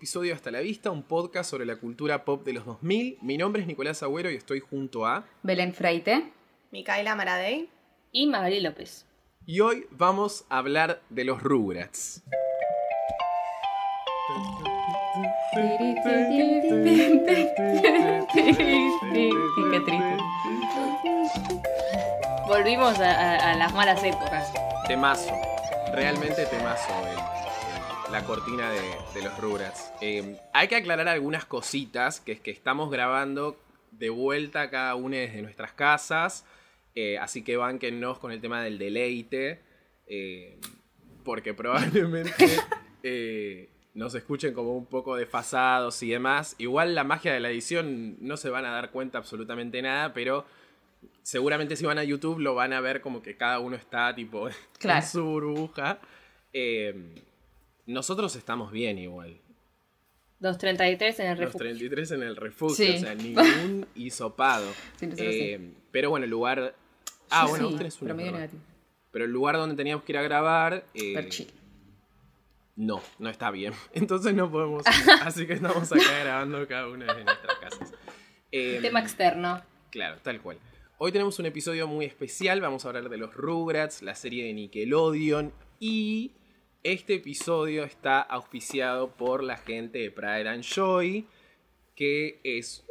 episodio Hasta la Vista, un podcast sobre la cultura pop de los 2000. Mi nombre es Nicolás Agüero y estoy junto a... Belén Freite Micaela Maradei. y Magali López. Y hoy vamos a hablar de los Rugrats. Qué triste. Volvimos a, a- a las malas épocas. Temazo, realmente temazo el- la cortina de, de los Rugrats. Eh, hay que aclarar algunas cositas, que es que estamos grabando de vuelta cada una desde nuestras casas, eh, así que banquennos con el tema del deleite, eh, porque probablemente eh, nos escuchen como un poco desfasados y demás. Igual la magia de la edición no se van a dar cuenta absolutamente nada, pero seguramente si van a YouTube lo van a ver como que cada uno está tipo Claro. en su burbuja. Eh, nosotros estamos bien igual. 233 en el Los refugio. 33 en el refugio, Sí. o sea, ningún hisopado. Sí, nosotros sí. Eh, Pero bueno, el lugar... Ah, Yo bueno, sí, vos tenés uno, promedio perdón. negativo. Pero el lugar donde teníamos que ir a grabar... eh, Pero chill. no, no está bien. Entonces no podemos... Así que estamos acá grabando cada una de nuestras casas. Eh, Tema externo. Claro, tal cual. Hoy tenemos un episodio muy especial, vamos a hablar de los Rugrats, la serie de Nickelodeon y este episodio está auspiciado por la gente de Pride and Joy, que es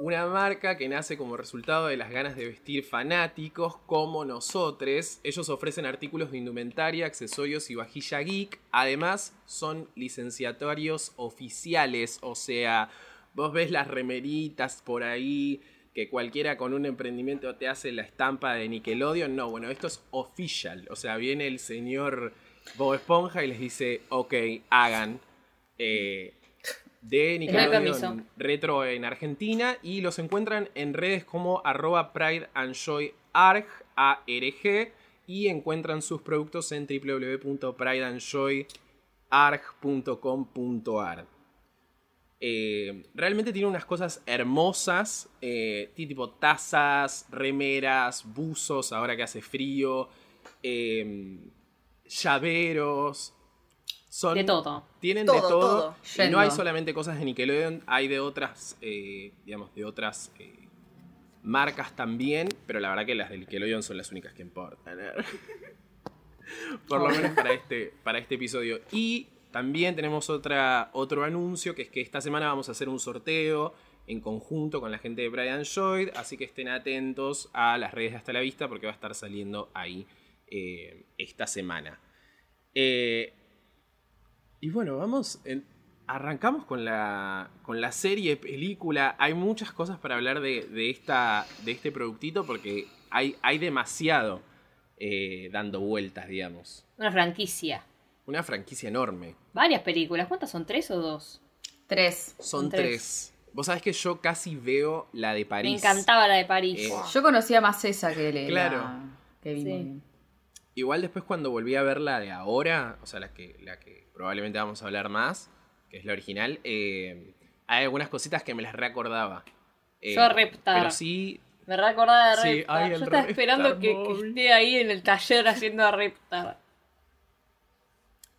una marca que nace como resultado de las ganas de vestir fanáticos como nosotros. Ellos ofrecen artículos de indumentaria, accesorios y vajilla geek. Además, son licenciatarios oficiales, o sea, vos ves las remeritas por ahí, que cualquiera con un emprendimiento te hace la estampa de Nickelodeon. No, bueno, esto es official. O sea, viene el señor Bob Esponja y les dice, ok, hagan. Eh, de Nickelodeon camisa. Retro en Argentina y los encuentran en redes como arroba Pride and Joy ARG, ARG, y encuentran sus productos en www.prideandjoyarg.com.ar. Eh, realmente tiene unas cosas hermosas, eh, tiene tipo tazas, remeras, buzos, ahora que hace frío, eh, llaveros. Son, De todo. tienen de Todo, todo. todo. Y Yendo. no hay solamente cosas de Nickelodeon, hay de otras, eh, digamos, de otras eh, marcas también, pero la verdad que las de Nickelodeon son las únicas que importan. ¿eh? Por lo menos para este, para este episodio. Y también tenemos otra, otro anuncio, que es que esta semana vamos a hacer un sorteo en conjunto con la gente de Brian Lloyd, así que estén atentos a las redes de Hasta la Vista porque va a estar saliendo ahí eh, esta semana. Eh, y bueno, vamos, en- arrancamos con la, con la serie, película. Hay muchas cosas para hablar de, de esta, de este productito porque hay, hay demasiado eh, dando vueltas, digamos. Una franquicia. Una franquicia enorme. Varias películas. ¿Cuántas son? ¿Tres o dos? Tres. Son Son tres. tres. Vos sabés que yo casi veo la de París. Me encantaba la de París. Eh, Yo conocía más esa que le. Claro. la- que vi Sí. muy bien. Igual después cuando volví a ver la de ahora, o sea, la que, la que probablemente vamos a hablar más, que es la original, eh, hay algunas cositas que me las reacordaba. Eh, Yo reptar. Pero sí, Me recordaba de Sí, Reptar. ay, el Yo estaba Reptar esperando que, que móvil. esté ahí en el taller haciendo a Reptar.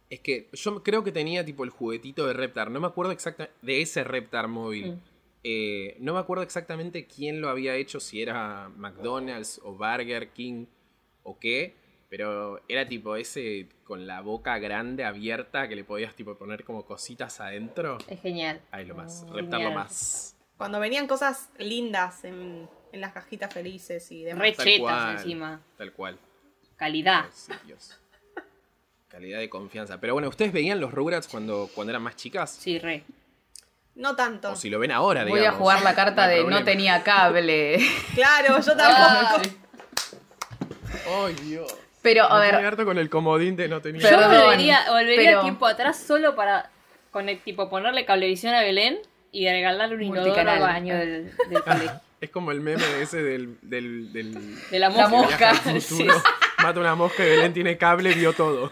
es que yo creo que tenía tipo el juguetito de Reptar, no me acuerdo exactamente, de ese Reptar móvil. Mm. Eh, no me acuerdo exactamente quién lo había hecho, si era McDonald's o Burger King o qué, pero era tipo ese con la boca grande abierta que le podías tipo poner como cositas adentro. Es genial. Mm, Ay, lo más, Mm, Genial. reptar lo más. Cuando venían cosas lindas en, en las cajitas felices y demás. Re Tal chetas cual. encima. Tal cual. Ah. Calidad. Ay, sí, Dios. Calidad de confianza. Pero bueno, ¿ustedes veían los Rugrats cuando, cuando eran más chicas? Sí, re. No tanto. O si lo ven ahora, Voy a Ah, digamos. jugar la carta hay de problema. no tenía cable. Claro, yo Ah, tampoco. ¡Ay, Dios! Pero, a Me estoy ver, harto con el comodín de no tenía. Yo Perdón, volvería, volvería pero- tiempo atrás solo para conect- tipo, ponerle cablevisión a Belén y regalarle un inodoro Multicanal. al baño del, del colegio. Es como el meme ese del. del, del De la La que mosca. viaja al mosca, futuro, Mata una mosca y Belén tiene cable, vio todo.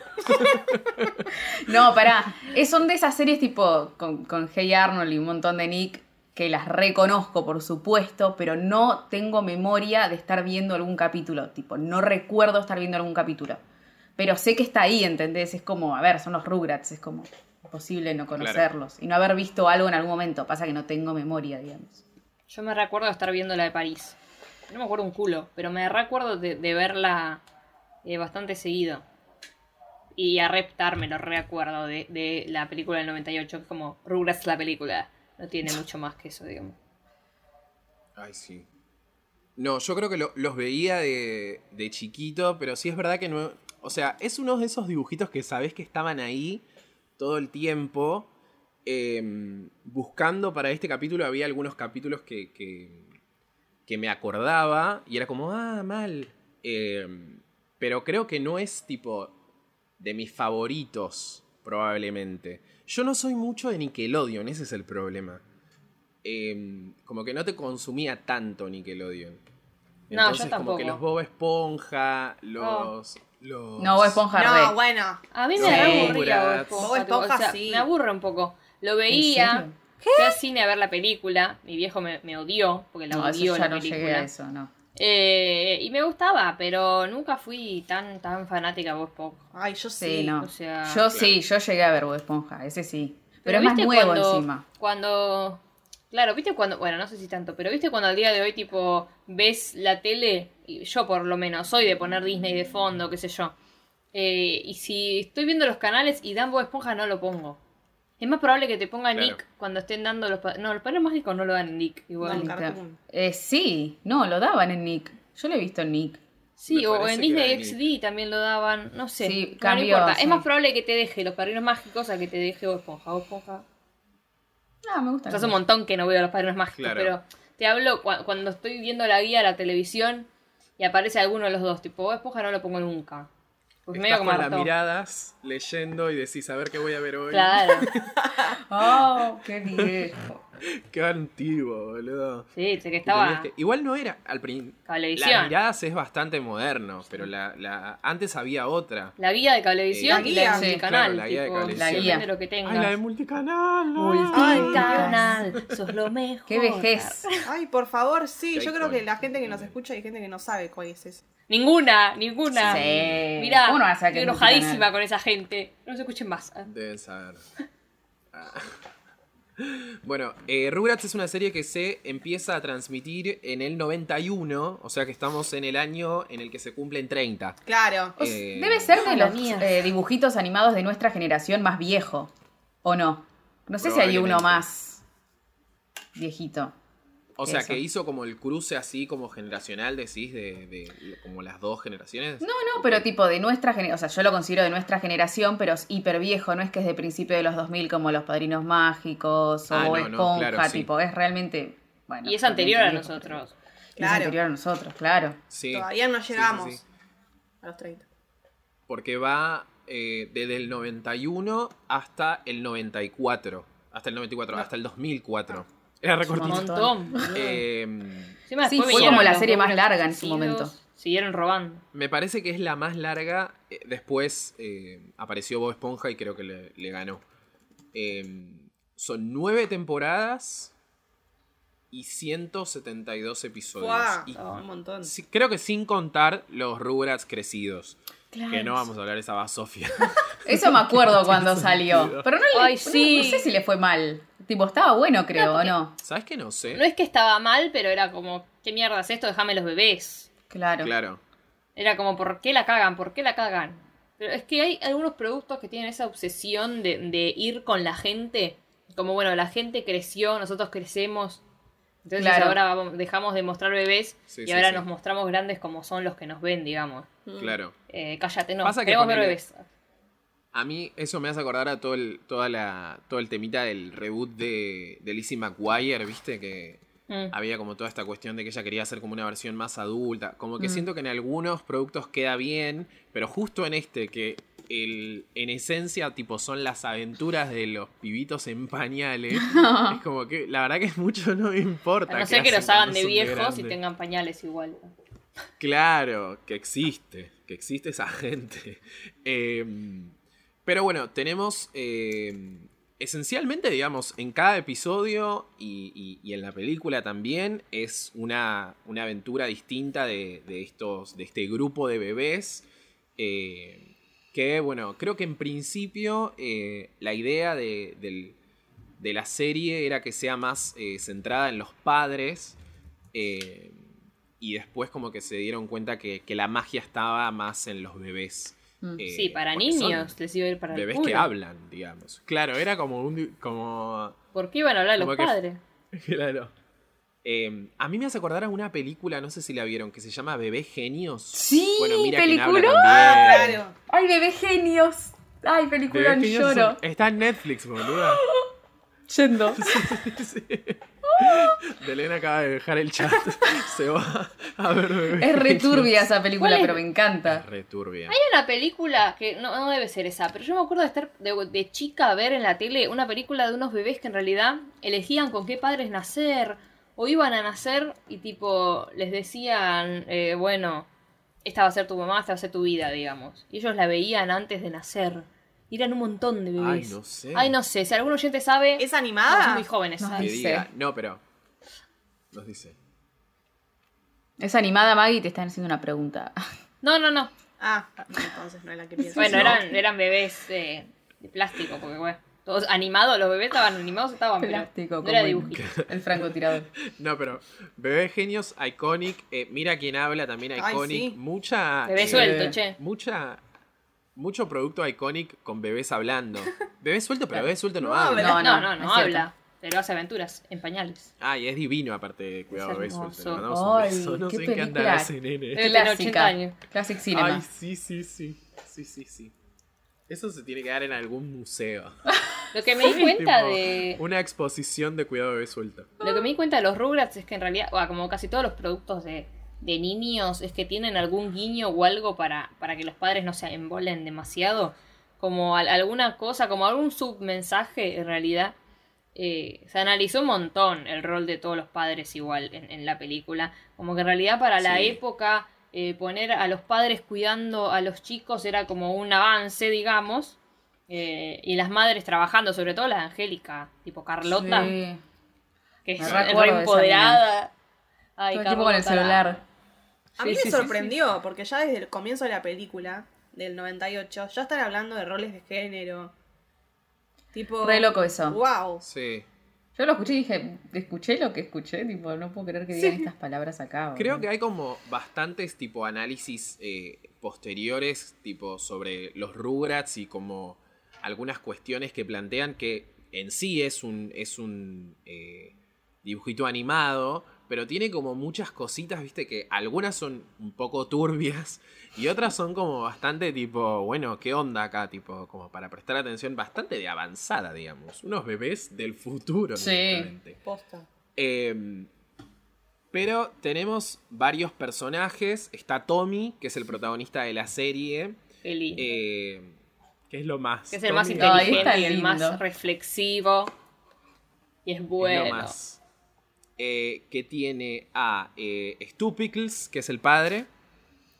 no, pará. Es- Son de esas series tipo con, con Hey Arnold y un montón de Nick que las reconozco, por supuesto, pero no tengo memoria de estar viendo algún capítulo. Tipo, no recuerdo estar viendo algún capítulo. Pero sé que está ahí, ¿entendés? Es como, a ver, son los Rugrats, es como. imposible no conocerlos y no haber visto algo en algún momento. Pasa que no tengo memoria, digamos. Yo me recuerdo de estar viendo la de París. No me acuerdo un culo, pero me recuerdo de, de verla eh, bastante seguido. Y a Reptar me lo reacuerdo de, de la película del 98, que es como Rugrats la película. No tiene mucho más que eso, digamos. Ay, sí. No, yo creo que lo- los veía de, de chiquito, pero sí es verdad que no. O sea, es uno de esos dibujitos que sabés que estaban ahí todo el tiempo. em, buscando para este capítulo, había algunos capítulos que, que, que me acordaba y era como, ah, mal. Em, pero creo que no es tipo de mis favoritos, probablemente. Yo no soy mucho de Nickelodeon, ese es el problema eh, como que no te consumía tanto Nickelodeon. yo Entonces, como tampoco. Oh. que los Bob Esponja, los. los... No, Bob Esponja No, re. bueno. A mí me Sí. aburría Bob Rugrats. Esponja, Bob tipo, Esponja, o sea, sí. Me aburre un poco. Lo ¿En veía, serio? fui al cine a ver la película. Mi viejo me, me odió porque la No, odió eso ya la no llegué a película. eso, no. Eh, y me gustaba, pero nunca fui tan tan fanática de Bob Esponja. Ay, yo sí. Sí, no. o sea, yo Ah, claro. sí, yo llegué a ver Bob Esponja, ese sí. Pero, es más ¿viste nuevo cuando- encima. Cuando. Claro, viste cuando. Bueno, no sé si tanto, pero viste cuando al día de hoy, tipo, ves la tele. y Yo, por lo menos, soy de poner Disney de fondo, qué sé yo. Eh, y si estoy viendo los canales y dan Bob Esponja, no lo pongo. Es más probable que te ponga Claro. Nick cuando estén dando los. pa- No, los padres mágicos no lo dan Nick igual. Nunca. Ahorita. Cartoon. Eh, sí, no, lo daban en Nick. Yo lo he visto en Nick. Me Sí, o parece en que Disney era XD también lo daban. No sé. Sí, No, no, cambió, importa. sí. Es más probable que te deje los padrinos mágicos a que te deje Bob Esponja. Bob Esponja Ah, me gusta. O sea, hace un montón que no veo a los padrinos mágicos, Claro. pero te hablo cua- cuando estoy viendo la guía de la televisión y aparece alguno de los dos, tipo, Bob Esponja no lo pongo nunca. Porque Pues medio Estás como con las hartó. miradas, leyendo y decís, a ver qué voy a ver hoy. Claro. Oh, qué viejo. Qué antiguo, boludo. Sí, sé que Y tenías estaba que- Igual no era. Al prin- Las cablevisión. La, miradas es bastante moderno, pero la, la- antes había otra. guía de cablevisión Eh, y la la de guía. multicanal. Sí, claro, la guía de tipo, cablevisión. La guía. depende de lo que tengas. Ay, la de multicanal. no. Ah. Multicanal, sos lo mejor. Qué vejez. Ay, por favor, sí. Sí, Yo creo con- que la gente que nos con- escucha hay gente que no sabe cuál es eso. Ninguna, ninguna. Sí. Mirá, ¿Cómo no vas a saber estoy que es enojadísima multicanal? con esa gente. No se escuchen más. Deben saber. Ah. Bueno, eh, Rugrats es una serie que se empieza a transmitir en el 91, o sea que estamos en el año en el que se cumplen 30. Claro. O sea, Eh, Debe ser de la los mía. eh, dibujitos animados de nuestra generación más viejo. ¿O no? No sé si hay uno Probablemente. más viejito. O sea, eso. que hizo como el cruce así como generacional, decís, de, de como las dos generaciones. No, no, pero tipo de nuestra generación, o sea, yo lo considero de nuestra generación, pero es hiper viejo, no es que es de principio de los 2000 como Los Padrinos Mágicos o Ah, no, no, Esponja, claro, sí. tipo, es realmente... Bueno, Y es anterior a realmente viejo, pero- nosotros. Y Claro. Es anterior a nosotros, claro. Sí, Todavía no Sí, sí, llegamos sí. a los 30. Porque va eh, desde el 91 hasta el 94. Hasta el 94, hasta el 2004. Era Un recortito. Montón. montón. Em, Encima Sí, después fue vinieron como la los serie más Douglas larga en su asesinos, momento. Siguieron robando. Me parece que es la más larga. eh, Después eh, apareció Bob Esponja y creo que le, le ganó. Eh, son nueve temporadas y 172 episodios. Fua, Y un montón. sí, creo que sin contar los Rugrats crecidos. Que no vamos a hablar de esa basofia. Eso me acuerdo cuando salió. Pero no, le, Ay, no- sí. no sé si le fue mal. Tipo, estaba bueno, creo, ¿o no? ¿Sabes qué? No sé. No es que estaba mal, pero era como, ¿qué mierda es esto? Déjame los bebés. Claro. Claro. Era como, ¿por qué la cagan? ¿Por qué la cagan? Pero es que hay algunos productos que tienen esa obsesión de, de ir con la gente. Como, bueno, la gente creció, nosotros crecemos. Entonces Claro. ahora vamos- dejamos de mostrar bebés Sí, y sí, ahora sí. nos mostramos grandes como son los que nos ven, digamos. Claro. Eh, cállate, no, Pasa que queremos ver ponele- bebés. A mí eso me hace acordar a todo el, toda la, todo el temita del reboot de, de Lizzie McGuire, ¿viste? Que Mm. había como toda esta cuestión de que ella quería hacer como una versión más adulta. Como que siento que en algunos productos queda bien, pero justo en este que el, en esencia tipo son las aventuras de los pibitos en pañales. es como que la verdad que mucho no me importa. A no qué ser que hacen los hagan cuando de son viejos y grandes. tengan pañales igual. Claro, que existe, que existe esa gente. Eh, pero bueno, tenemos eh, esencialmente, digamos, en cada episodio y, y- y en la película también es una, una aventura distinta de, de estos, de este grupo de bebés eh, Que bueno, creo que en principio eh, la idea de, del- de la serie era que sea más eh, centrada en los padres. eh, y después como que se dieron cuenta que, que la magia estaba más en los bebés. Mm. eh, sí, para porque son niños les iba a ir para el Bebés culo. que hablan, digamos. Claro, era como un... di- como ¿Por qué iban a hablar Como los que- padres? Claro. Eh, a mí me hace acordar a una película, no sé si la vieron, que se llama Bebé Genios. Sí, quién habla peliculón. Ah, también. claro. Ay, bebé genios. Ay, Bebé peliculón, Genios es lloro. un- está en Netflix, boludo. Yendo. Belén acaba de dejar el chat. Se va a ver Bebé Es Genios. returbia esa película, ¿Cuál es? pero me encanta. Re turbia. Hay una película que no, no debe ser esa, pero yo me acuerdo de estar de, de chica a ver en la tele una película de unos bebés que en realidad elegían con qué padres nacer o iban a nacer y tipo les decían, eh, bueno, esta va a ser tu mamá, esta va a ser tu vida, digamos. Y ellos la veían antes de nacer. Y eran un montón de Ay, bebés. no sé. Ay, no sé, si algún oyente sabe, ¿Es Ah. estamos animada? muy jóvenes. No. Que ¿sabes? sé. diga. No, pero. Nos dice. Es animada, Maggie, te están haciendo una pregunta. No, no, no. Ah, entonces no es la que pienso. Bueno, No. eran, eran bebés eh, de plástico, porque bueno, todos animados, los bebés estaban animados, estaban pero Plástico, no como era el- dibujito. El francotirador. No, pero. Bebé Genios, Iconic. eh, mira quién habla también, Ay, Iconic. sí. Mucha. Bebé eh, suelto, che. Mucha. Mucho producto Iconic con bebés hablando. Bebé suelto, pero bebé suelto no, No habla. habla. No, no, no, no, no es cierto. habla. Pero hace aventuras en pañales. Ay, es divino, aparte, cuidado, Es bebé suelto. Le hermoso. mandamos un Ay, beso. Nos qué encantará película. ese nene. Debe tener 80 años. Classic Cinema. Ay, sí, sí, sí. Sí, sí, sí. Eso se tiene que dar en algún museo. Lo que me di cuenta de. Una exposición de cuidado bebé suelto. Lo que me di cuenta de los Rugrats es que en realidad, bah, como casi todos los productos de, de niños, es que tienen algún guiño o algo para, para que los padres no se embolen demasiado. Como al- alguna cosa, como algún submensaje en realidad. Eh, se analizó un montón el rol de todos los padres igual en, en la película. Como que en realidad para la Sí. época eh, poner a los padres cuidando a los chicos era como un avance, digamos. Eh, y las madres trabajando, sobre todo la Angélica, tipo Carlota, Sí. que es Me re recuerdo de esa empoderada. Ay, Todo el tiempo con el Carlota. celular. A Sí, mí sí, sí, me sorprendió, porque ya desde el comienzo de la película, del 98, ya están hablando de roles de género. Tipo. Re loco eso. ¡Wow! Sí. Yo lo escuché y dije, escuché lo que escuché, tipo, no puedo creer que digan estas palabras acá. Creo boludo. que hay como bastantes tipo análisis eh, posteriores, tipo sobre los Rugrats y como algunas cuestiones que plantean que en sí es un, es un eh, dibujito animado, pero tiene como muchas cositas, viste, que algunas son un poco turbias y otras son como bastante tipo, bueno, ¿qué onda acá? Tipo, como para prestar atención, bastante de avanzada, digamos. Unos bebés del futuro, Sí. directamente. Posta. Eh, pero tenemos varios personajes. Está Tommy, que es el protagonista de la serie. Qué lindo. eh, que es lo más. que es el más Tommy Ay, inteligente está y el lindo. más reflexivo. Y es bueno. Es lo más. Eh, que tiene a eh, Stu Pickles, que es el padre.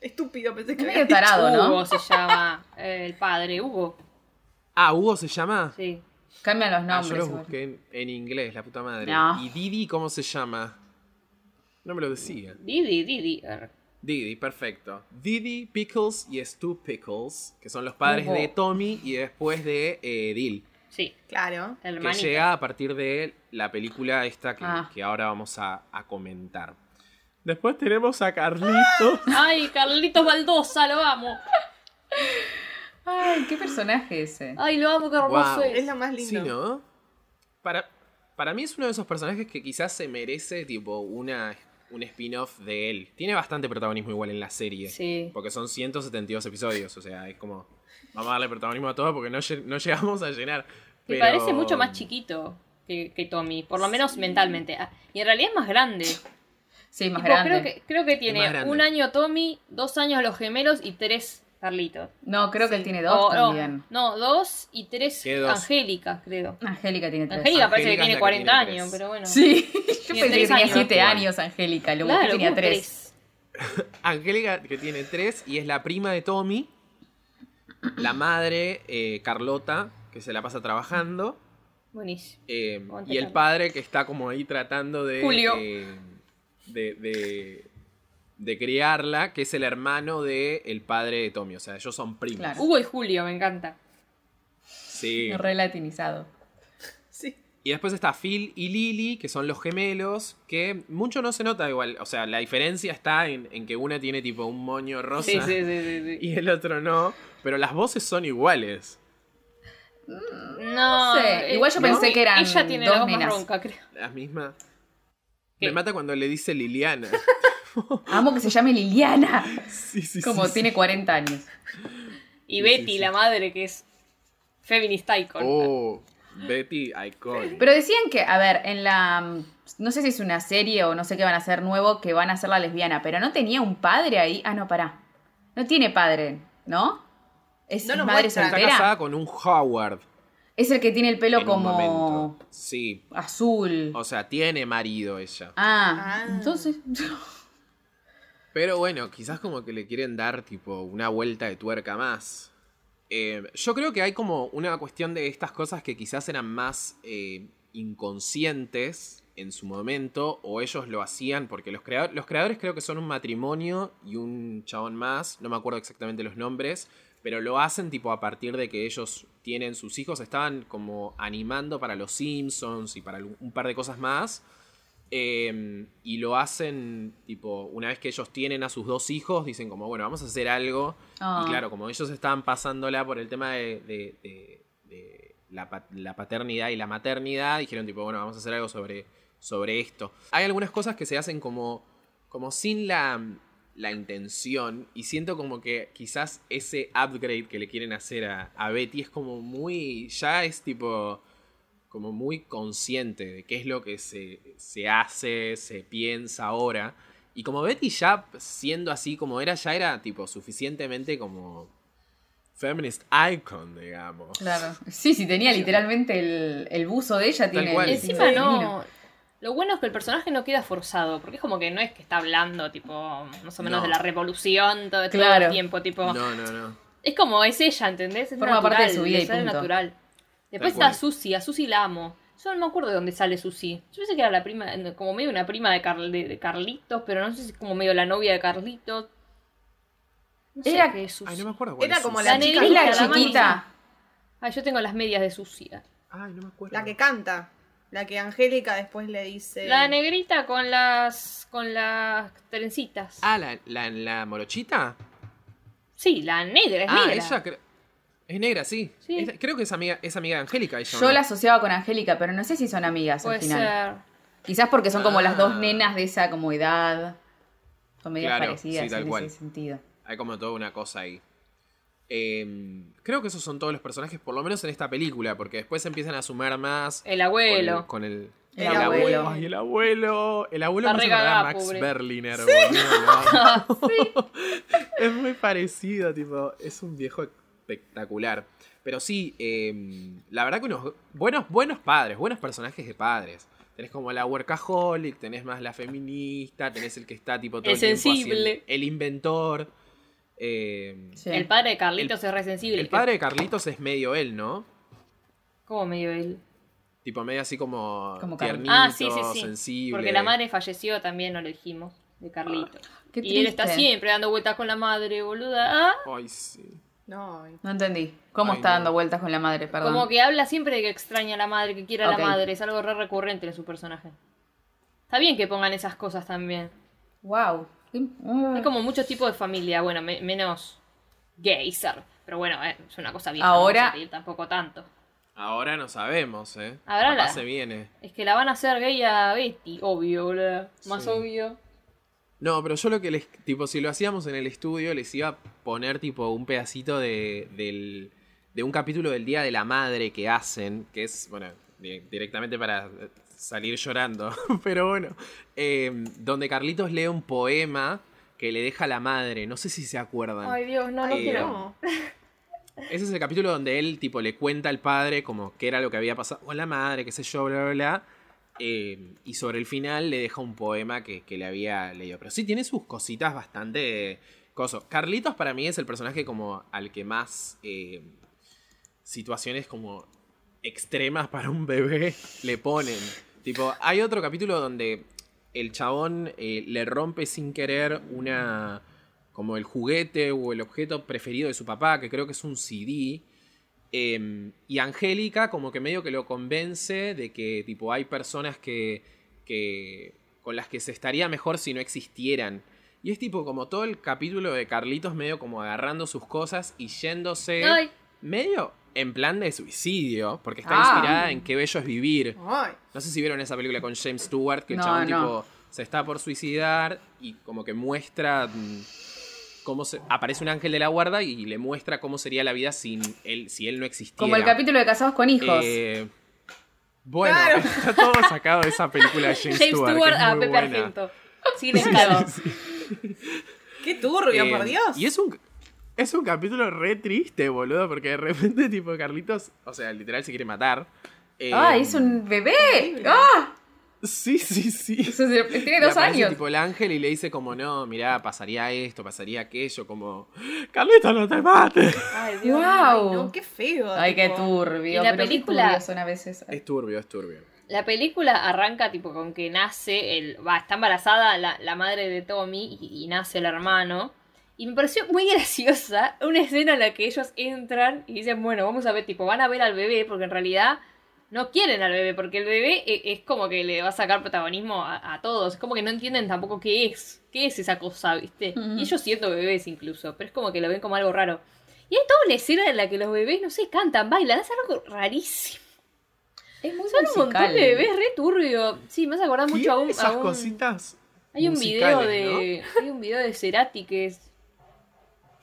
Estúpido, pensé que Es me medio tarado, Hugo ¿no? se llama eh, el padre, Hugo. Ah, Hugo se llama. Sí. Cambian los Ah, nombres. yo los igual. busqué en, en inglés, la puta madre. No. ¿Y Didi cómo se llama? No me lo decía. Didi, Didi. er. Didi, perfecto. Didi, Pickles y Stu Pickles, que son los padres Ujú. de Tommy y después de eh, Dil, Sí, Claro. que hermanita. llega a partir de la película esta que, Ah. que ahora vamos a, a comentar. Después tenemos a Carlitos. Ay, Carlitos Baldosa, lo amo. Ay, qué personaje ese. Ay, lo amo, qué hermoso Guau. es. Es lo más Sí, ¿no? lindo. Para, para mí es uno de esos personajes que quizás se merece tipo una, un spin-off de él. Tiene bastante protagonismo igual en la serie. Sí. Porque son 172 episodios, o sea, es como... Vamos a darle protagonismo a todo porque no, lle- no llegamos a llenar. Me pero- parece mucho más chiquito que, que Tommy, por lo menos mentalmente. Ah, y en realidad es más grande. Sí, más Tipo, grande. Creo que, creo que más tiene grande. un año Tommy, dos años los gemelos y tres Carlitos. No, creo que él Sí. tiene O- dos o- también. no, dos y tres ¿Qué dos? Angélica, creo. Angélica tiene tres. Angélica parece Angélica que es la tiene que 40 tiene años, tres. pero bueno. Sí, yo Tiene pensé que tres tenía años. siete años Angélica, lo busqué, claro, tenía ¿cómo tres. Angélica, que tiene tres, y es la prima de Tommy. La madre, eh, Carlota, que se la pasa trabajando. Buenísimo. eh, Ponte y el Carlos. padre, que está como ahí tratando eh, de. Julio. eh, de, de- de criarla, que es el hermano del el padre de Tommy. O sea, ellos son primos. Claro. Hugo y Julio, me encanta. Sí. Relatinizado. Sí. Y después está Phil y Lily, que son los gemelos, que mucho no se nota igual. O sea, la diferencia está en, en que una tiene tipo un moño rosa Sí, sí, sí, sí, sí. y el otro no. Pero las voces son iguales. No, No sé, eh, igual yo pensé que eran Ella tiene dos la voz más nenas. ronca, creo. Las mismas. ¿Qué? Me mata cuando le dice Liliana. Amo que se llame Liliana. Sí, sí, Como sí, tiene 40 años. Y Sí, Betty, sí, sí. la madre, que es feminist icon. Oh, Betty Icon. Pero decían que, a ver, en la. mm, No sé si es una serie o no sé qué van a hacer nuevo, que van a hacer la lesbiana, pero no tenía un padre ahí. Ah, no, pará. No tiene padre, ¿no? Es No lo madre muestran. Está soltera. casada con un Howard. Es el que tiene el pelo en un como momento. Sí. azul. O sea, tiene marido ella. Ah, Ah. entonces. Pero bueno, quizás como que le quieren dar tipo una vuelta de tuerca más. Eh, yo creo que hay como una cuestión de estas cosas que quizás eran más eh, inconscientes en su momento o ellos lo hacían porque los, creado- los creadores creo que son un matrimonio y un chabón más, no me acuerdo exactamente los nombres, pero lo hacen tipo a partir de que ellos tienen sus hijos, estaban como animando para los Simpsons y para un par de cosas más. Eh, y lo hacen, tipo, una vez que ellos tienen a sus dos hijos, dicen como, bueno, vamos a hacer algo. Ah. Y claro, como ellos estaban pasándola por el tema de, de- de- de la, pa- la paternidad y la maternidad, dijeron tipo, bueno, vamos a hacer algo sobre, sobre esto. Hay algunas cosas que se hacen como, como sin la, la intención y siento como que quizás ese upgrade que le quieren hacer a, a Betty es como muy, ya es tipo, como muy consciente de qué es lo que se, se hace, se piensa ahora. Y como Betty ya siendo así como era, ya era tipo suficientemente como feminist icon, digamos. Claro. Sí, sí, tenía literalmente el, el buzo de ella. Tiene cual. el Encima femenino. no. Lo bueno es que el personaje no queda forzado, porque es como que no es que está hablando, tipo, más o menos No. de la revolución todo, todo Claro. el tiempo, tipo. No, no, no. Es como es ella, ¿entendés? Es Forma natural, parte de su vida le y sale punto. natural. Después Tal cual. está Susi, a Susi la amo. Yo no me acuerdo de dónde sale Susi. Yo pensé que era la prima, como medio una prima de, Carl- de- de Carlitos, pero no sé si es como medio la novia de Carlitos. No sé Era- qué es Susi. Ay, no me acuerdo cuál Era es como Susi. la La chica Es la Carlita, la chiquita. mami. Ay, yo tengo las medias de Susi. Ay, no me acuerdo. La que canta. La que Angélica después le dice. La negrita con las con las trencitas. Ah, la, la, la morochita. Sí, la negra, es ah, negra. ella cre- es negra, sí. Sí. Es- creo que es amiga, es amiga de Angélica. ella, ¿o Yo no? la asociaba con Angélica, pero no sé si son amigas Puede al final. ser. Quizás porque son como las Ah. dos nenas de esa como edad. Son medias Claro, parecidas sí, tal en cual. ese sentido. Hay como toda una cosa ahí. Eh, creo que esos son todos los personajes, por lo menos en esta película, porque después empiezan a sumar más El con el- abuelo. con el, El abuelo. Ay, el abuelo. El abuelo Está me hace re acordar a cagá, Max pobre. Berliner. boludo, ¿no? es muy parecido, tipo, es un viejo espectacular. Pero sí, eh, la verdad que unos buenos, buenos padres, buenos personajes de padres. Tenés como la workaholic, tenés más la feminista, tenés el que está tipo todo El el tiempo sensible. haciendo- el inventor. Eh, Sí. El padre de Carlitos es resensible. el padre de Carlitos es medio él, ¿no? ¿Cómo medio él? Tipo medio así como, Como Carlos. tiernito, Ah, sí, sí, sí. sensible. Porque la madre falleció también, no lo dijimos, de Carlitos. Ah, Qué y él está triste. siempre dando vueltas con la madre, boluda. Ah, Ay, sí. No, No entendí. ¿Cómo Ay, está no. dando vueltas con la madre? Perdón. Como que habla siempre de que extraña a la madre, que quiere a Ok. la madre. Es algo re recurrente en su personaje. Está bien que pongan esas cosas también. Wow. Hay como muchos tipos de familia, bueno, me- menos gayser. Pero bueno, eh, es una cosa bien. Ahora- tampoco tanto. Ahora no sabemos, ¿eh? Ahora Capaz la- se viene. Es que la van a hacer gay a Betty, obvio, boludo. Más Sí. obvio. No, pero yo lo que les... Tipo, si lo hacíamos en el estudio, les iba a poner tipo un pedacito de, del, de un capítulo del Día de la Madre que hacen, que es, bueno, di- directamente para eh, salir llorando, pero bueno, eh, donde Carlitos lee un poema que le deja a la madre, no sé si se acuerdan. Ay, Dios, no, no Ay, quiero. no. Ese es el capítulo donde él, tipo, le cuenta al padre como que era lo que había pasado con la madre, qué sé yo, bla, bla, bla. Eh, y sobre el final le deja un poema que, que le había leído. Pero sí tiene sus cositas bastante... Coso. Carlitos para mí es el personaje como al que más eh, situaciones como extremas para un bebé le ponen. Tipo, hay otro capítulo donde el chabón eh, le rompe sin querer una como el juguete o el objeto preferido de su papá, que creo que es un CD. eh, y Angélica como que medio que lo convence de que tipo hay personas que, que con las que se estaría mejor si no existieran. Y es tipo como todo el capítulo de Carlitos medio como agarrando sus cosas y yéndose Ay, medio en plan de suicidio, porque está Ah. inspirada en qué bello es vivir. Ay, No sé si vieron esa película con James Stewart, que el No, chabón no. tipo se está por suicidar y como que muestra mm, cómo se aparece un ángel de la guarda y le muestra cómo sería la vida sin él si él no existiera. Como el capítulo de Casados con Hijos. Eh, bueno, Claro. está todo sacado de esa película de James, James Stewart, que Stewart es ah, a muy Pepe buena. Argento. Sin escalo. qué turbio, Eh, por Dios. Y es un, es un capítulo re triste, boludo, porque de repente, tipo, Carlitos, o sea, literal se quiere matar. Eh, ¡Ay, Ah, es un bebé! ¡Ah! Sí, sí, sí. Eso se- Tiene Le dos aparece, años. tipo el ángel y le dice como, no, mirá, pasaría esto, pasaría aquello, como, Carlitos, no te mates. Ay, Dios. ¡Wow! Ay, no, qué feo. Ay, qué tipo. turbio. Y la pero qué película- turbios son a veces. Es turbio, es turbio. La película arranca tipo con que nace el. Va, está embarazada la, la madre de Tommy y, y nace el hermano. Y me pareció muy graciosa una escena en la que ellos entran y dicen, bueno, vamos a ver, tipo, van a ver al bebé, porque en realidad no quieren al bebé, porque el bebé e- es, como que le va a sacar protagonismo a, a todos. Es como que no entienden tampoco qué es, qué es esa cosa, ¿viste? Mm. Y ellos siendo bebés incluso, pero es como que lo ven como algo raro. Y hay toda una escena en la que los bebés, no sé, cantan, bailan, hacen algo rarísimo. Es muy Son un montón de bebés re turbio. Sí, me hace acordar mucho a un. esas a un- cositas hay un video musicales, de. Hay un video de Cerati que es.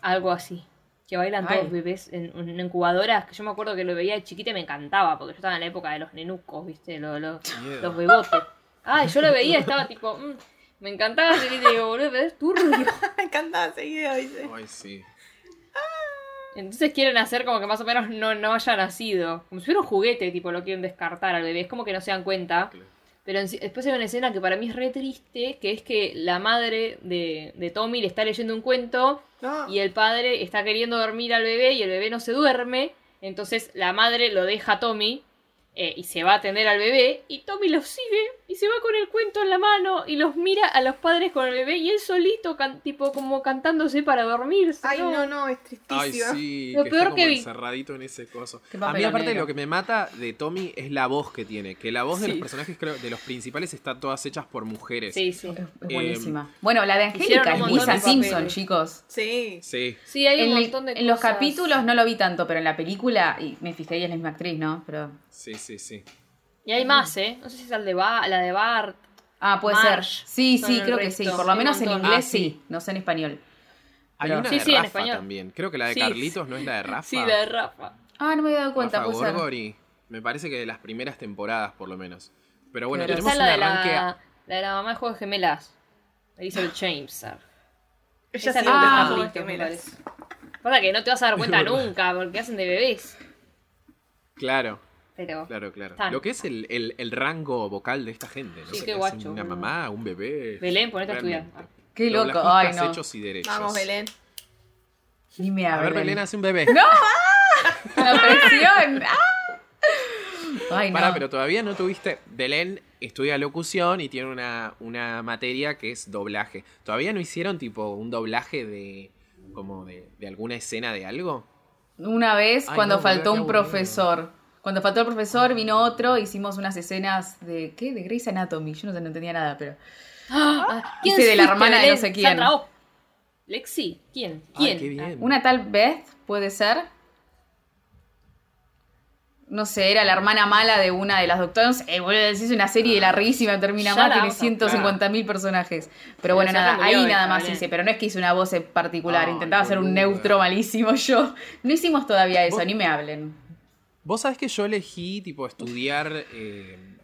Algo así. Que bailan Ay. todos bebés en, en incubadoras. Que yo me acuerdo que lo veía de chiquita y me encantaba. Porque yo estaba en la época de los nenucos, ¿viste? Los, los, ¿no? Miedo. los bebotes. Ay, yo lo veía, estaba tipo. mm, me encantaba Cerati. Digo, boludo, pero es turbio. Me encantaba ese video, dice. Ay, sí. Entonces quieren hacer como que más o menos no, no haya nacido. Como si fuera un juguete, tipo, lo quieren descartar al bebé. Es como que no se dan cuenta. Claro. Pero en- después hay una escena que para mí es re triste, que es que la madre de, de Tommy le está leyendo un cuento No. y el padre está queriendo dormir al bebé y el bebé no se duerme. Entonces la madre lo deja a Tommy eh, y se va a atender al bebé y Tommy lo sigue y se va con el cuento en la mano y los mira a los padres con el bebé y él solito, can- tipo como cantándose para dormirse. Ay, ¿no? no, no, es Ay, tristísimo. sí, Lo que peor está como que vi. encerradito en ese coso. Qué A mí papelonero. aparte lo que me mata de Tommy es la voz que tiene, que la voz de los Sí. personajes creo, de los principales está todas hechas por mujeres. Sí, sí. Es Eh, es buenísima. bueno, la de hicieron Angélica un es montón Lisa de Simpson, papeles. chicos. Sí. Sí. Sí, hay En, un el- montón de en los cosas. capítulos no lo vi tanto, pero en la película, y me fijé, ella es la misma actriz, ¿no? Pero. Sí, sí, sí. Y hay más, ¿eh? No sé si es la de, Ba- la de Bart. Ah, puede Marsh. ser. Sí, Son sí, el creo que resto. sí. Por Hay lo un menos en montón. inglés Ah, sí. sí, no sé en español. Hay Pero- una Sí, de sí, en Rafa español. también. Creo que la de Sí, Carlitos no es la de Rafa. Sí, la de Rafa. Ah, no me había dado cuenta, Rafa puede ser. Gorgori. Me parece que de las primeras temporadas, por lo menos. Pero bueno, Pero tenemos Esa es un la de arranque. la, la de la mamá de Juegos de Gemelas. Elizabeth James. Esa Ella es siempre no la está Ah. de con Juegos las de gemelas. Gemelas. Pasa que no te vas a dar cuenta nunca porque hacen de bebés. Claro, Pero claro, claro. Están. Lo que es el, el- el rango vocal de esta gente, ¿no? Sí, Que qué es guacho, Una boludo. mamá, un bebé. Belén, ponete a estudiar. Realmente. Qué loco. Doblajistas Ay, no. hechos y derechos. Vamos, Belén. Ni me A ver, hablen. Belén hace un bebé. ¡No! ¡La presión! ¡Ah! Ay, no. Pará, pero todavía no tuviste. Belén estudia locución y tiene una, una materia que es doblaje. ¿Todavía no hicieron tipo un doblaje de. como de, de alguna escena de algo? Una vez, Ay, cuando no, faltó boluda, un qué aburrido. profesor. Cuando faltó el profesor, vino otro, hicimos unas escenas de. ¿Qué? De Grey's Anatomy. Yo no, sé, no entendía nada, pero. hice de la ¡Ah! fuiste, hermana de no Belén? sé quién. Sandra Oh. Lexi, ¿quién? Ay, ¿Quién? qué bien. Una tal Beth, puede ser. No sé, era la hermana mala de una de las doctoras. Eh, boludo, hice una serie Ah, de larguísima, termina Ya mal, la tiene vamos a 150.000 personajes. Pero Pero bueno, ya nada, se murió ahí esta, nada más Belén. hice. Pero no es que hice una voz en particular, Ay, intentaba hacer un boluda. neutro malísimo yo. No hicimos todavía eso, Vos- ni me hablen. Vos sabés que yo elegí, tipo, estudiar eh,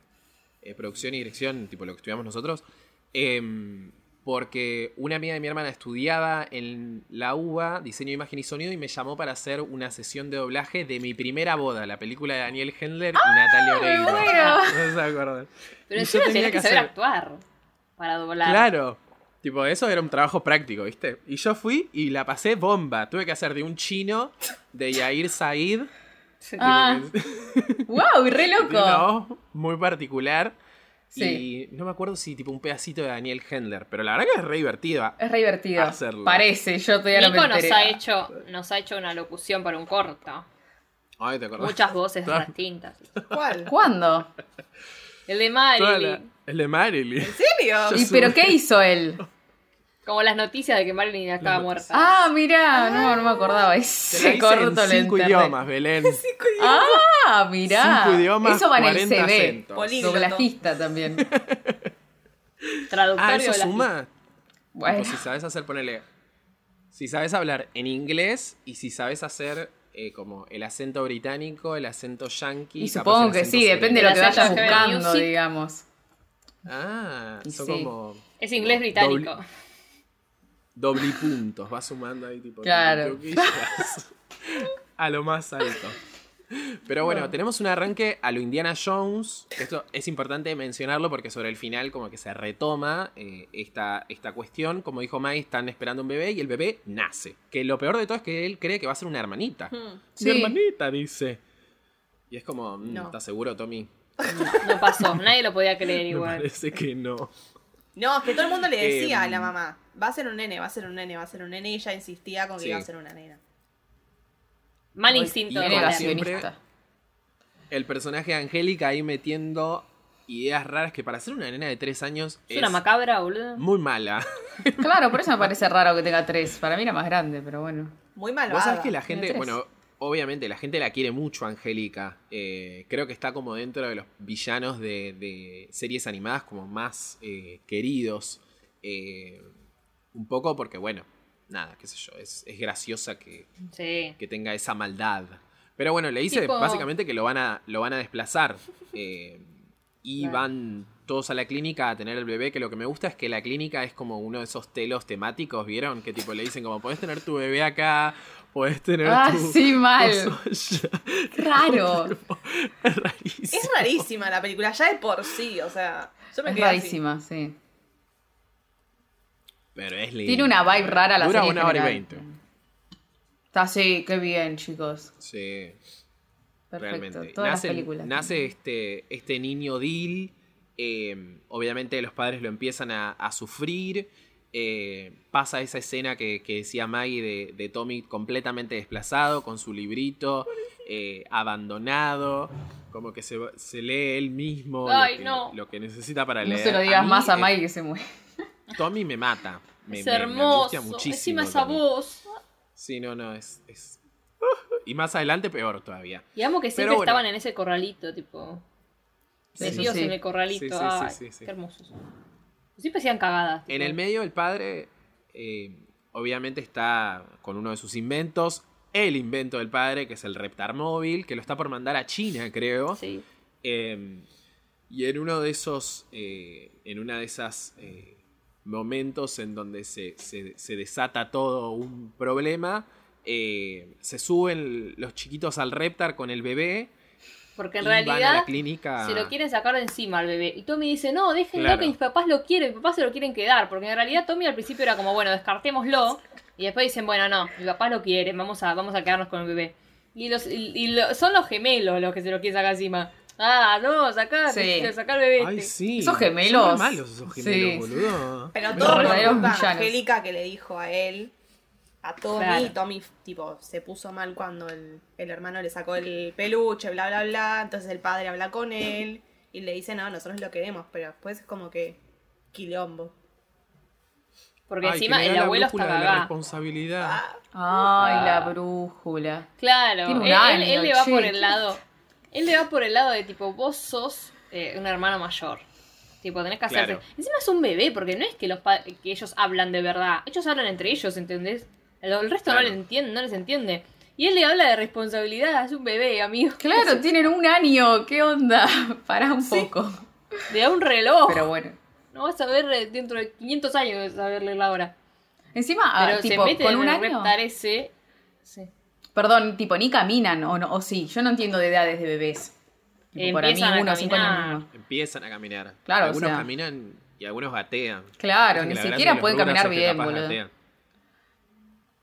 eh, producción y dirección, tipo lo que estudiamos nosotros, em, porque una amiga de mi hermana estudiaba en la UBA, diseño, imagen y sonido, y me llamó para hacer una sesión de doblaje de mi primera boda, la película de Daniel Hendler y Natalia Oreiro. No se acuerdan. Ah, Pero Y yo encima tenés tenía que que saber hacer- actuar para doblar. Claro. Tipo, eso era un trabajo práctico, ¿viste? Y yo fui y la pasé bomba. Tuve que hacer de un chino, de Yair Said. tipo, Ah, que- ¡Wow! ¡Re Tiene una loco! voz muy particular. Sí. Y no me acuerdo si tipo un pedacito de Daniel Hendler, pero la verdad que es re Ah, divertida. Es re divertido. Hacerlo. Parece, yo todavía no Nico me nos enteré. ha, hecho, nos ha hecho una locución para un corto. Ay, te acordás. Muchas voces Toda- distintas. ¿Cuál? ¿Cuándo? El de toda la- Marilyn. El de Marilyn. ¿En serio? Yo ¿Y sube. pero qué hizo él? Como las noticias de que Marilyn estaba Las muerta. noticias. Ah, mirá, no, no me acordaba. Te la Ese hice corto en le cinco enterré. idiomas, Belén. Ah, mirá. Cinco idiomas, Eso va en el 40 CV. acentos. Políglota. Doblajista también. Traductorio Ah, eso de las- suma. Bueno, Tipo, si sabes hacer, ponele. Si sabes hablar en inglés y si sabes hacer eh, como el acento británico, el acento yankee. y capaz supongo el que acento sí, depende de lo que Las vayas actas de buscando, music. digamos. Ah, Y son sí. como Es inglés británico. doble puntos. Vas sumando ahí, tipo. Claro. que llegas A lo más alto. Pero bueno, tenemos un arranque a lo Indiana Jones. que Esto es importante mencionarlo porque sobre el final como que se retoma eh, esta, esta cuestión. Como dijo Mai, están esperando un bebé y el bebé nace. Que lo peor de todo es que él cree que va a ser una hermanita. Hmm. Sí. Mi hermanita, dice. Y es como, mm, No. ¿estás seguro, Tommy? No pasó. Nadie lo podía creer Me igual. parece que no. No, es que todo el mundo le decía Em. a la mamá, va a ser un nene, va a ser un nene, va a ser un nene, y ella insistía con que Sí. iba a ser una nena. Mal instinto Y de como matar. siempre- Negacionista. El personaje de Angélica ahí metiendo ideas raras que para ser una nena de tres años Es una macabra, boludo. muy mala. Claro, por eso me parece raro que tenga tres. Para mí era más grande, pero bueno. Muy malvada. Vos sabés que la gente, tres. bueno, obviamente la gente la quiere mucho, Angélica. Eh, creo que está como dentro de los villanos de, de series animadas como más eh, queridos. Eh, un poco porque, bueno, nada, qué sé yo, es, es graciosa que, Sí. que tenga esa maldad. Pero bueno, le dice Tipo- básicamente que lo van a, lo van a desplazar. eh, y Claro. van todos a la clínica a tener el bebé, que lo que me gusta es que la clínica es como uno de esos telos temáticos, ¿vieron? Que tipo le dicen como, podés tener tu bebé acá, podés tener Ah, tu... sí, mal. coso allá". Raro. Es rarísimo. Es rarísima la película, ya de por sí, o sea, yo me Es quedé así. rarísima, sí. Pero es lindo. Tiene una vibe rara la Dura serie. una hora y general. veinte. Está así, qué bien, chicos. Sí. Perfecto. realmente. Todas nace, las películas. nace este, este niño Dil. eh, obviamente los padres lo empiezan a, a sufrir. eh, pasa esa escena que, que decía Maggie de, de Tommy completamente desplazado, con su librito, eh, abandonado. Como que se, se lee él mismo lo Ay, que- lo, no. que, necesita para No leer. se lo digas mí, más a eh, Mike que se muere. Tommy me mata. Me, es me- me hermoso. angustia muchísimo. Encima esa Tommy. voz. Sí, no, no, es- es... Y más adelante peor todavía. Y amo que siempre Pero bueno. estaban en ese corralito, tipo. Sí, Metidos sí, sí. en el corralito. Sí, sí, sí, Ay, sí, sí. Qué hermosos. Siempre hacían cagadas. En tipo. el medio, el padre eh, obviamente está con uno de sus inventos. El invento del padre, que es el Reptar Móvil, que lo está por mandar a China, creo. Sí. Eh, y en uno de esos. eh, en una de esas. eh, momentos en donde se, se- se desata todo un problema. eh, se suben los chiquitos al Reptar con el bebé. Porque en y van a realidad la clínica. se lo quieren sacar de encima al bebé. Y Tommy dice, no, déjenlo Claro. que mis papás lo quieren, mis papás se lo quieren quedar. Porque en realidad Tommy al principio era como, bueno, descartémoslo. Y después dicen, bueno, no, mi papá lo quiere, vamos a, vamos a quedarnos con el bebé. Y, los, y, y lo- son los gemelos los que se lo quieren sacar encima. Ah, no, sacá, Sí. te- sacá al bebé. Ay, este. sí. Esos Son re gemelos. malos esos Sí. gemelos, boludo. Pero Me todo por verdaderos culpa de villanos. Angélica que le dijo a él, a Tommy, Claro. y Tommy, tipo, se puso mal cuando el, el hermano le sacó el peluche, bla, bla, bla, entonces el padre habla con él y le dice, no, nosotros lo queremos, pero después es como que quilombo. Porque Ay, encima que me da el la abuelo está brújula de la cagado. responsabilidad. Ay, Ah. la brújula. Claro, Tiene un él, él- año, él le va che. por el lado. Él le va por el lado de tipo, vos sos eh, un hermano mayor. Tipo, tenés que hacerte. Claro. Encima es un bebé, porque no es que los pa- que ellos hablan de verdad. Ellos hablan entre ellos, ¿entendés? El, el resto Claro. no, le entiende, no les entiende. Y él le habla de responsabilidad, es un bebé, amigo. Claro, tienen un año. ¿Qué onda? Pará un poco. Le da un reloj. Pero bueno. No vas a ver eh, dentro de 500 años a verle la hora. Encima, ah, Pero tipo, se mete con en un el año. reptar ese. Sí. Perdón, tipo, ni caminan o, no, o sí. Yo no entiendo de edades de bebés. Tipo, para mí, Empiezan a uno, cinco años. caminar. mismo. Empiezan a caminar. Claro, algunos o sea. caminan y algunos gatean. Claro, Dicen que la ni gracia de siquiera los pueden rugrats caminar es que bien, capaz boludo. gatean.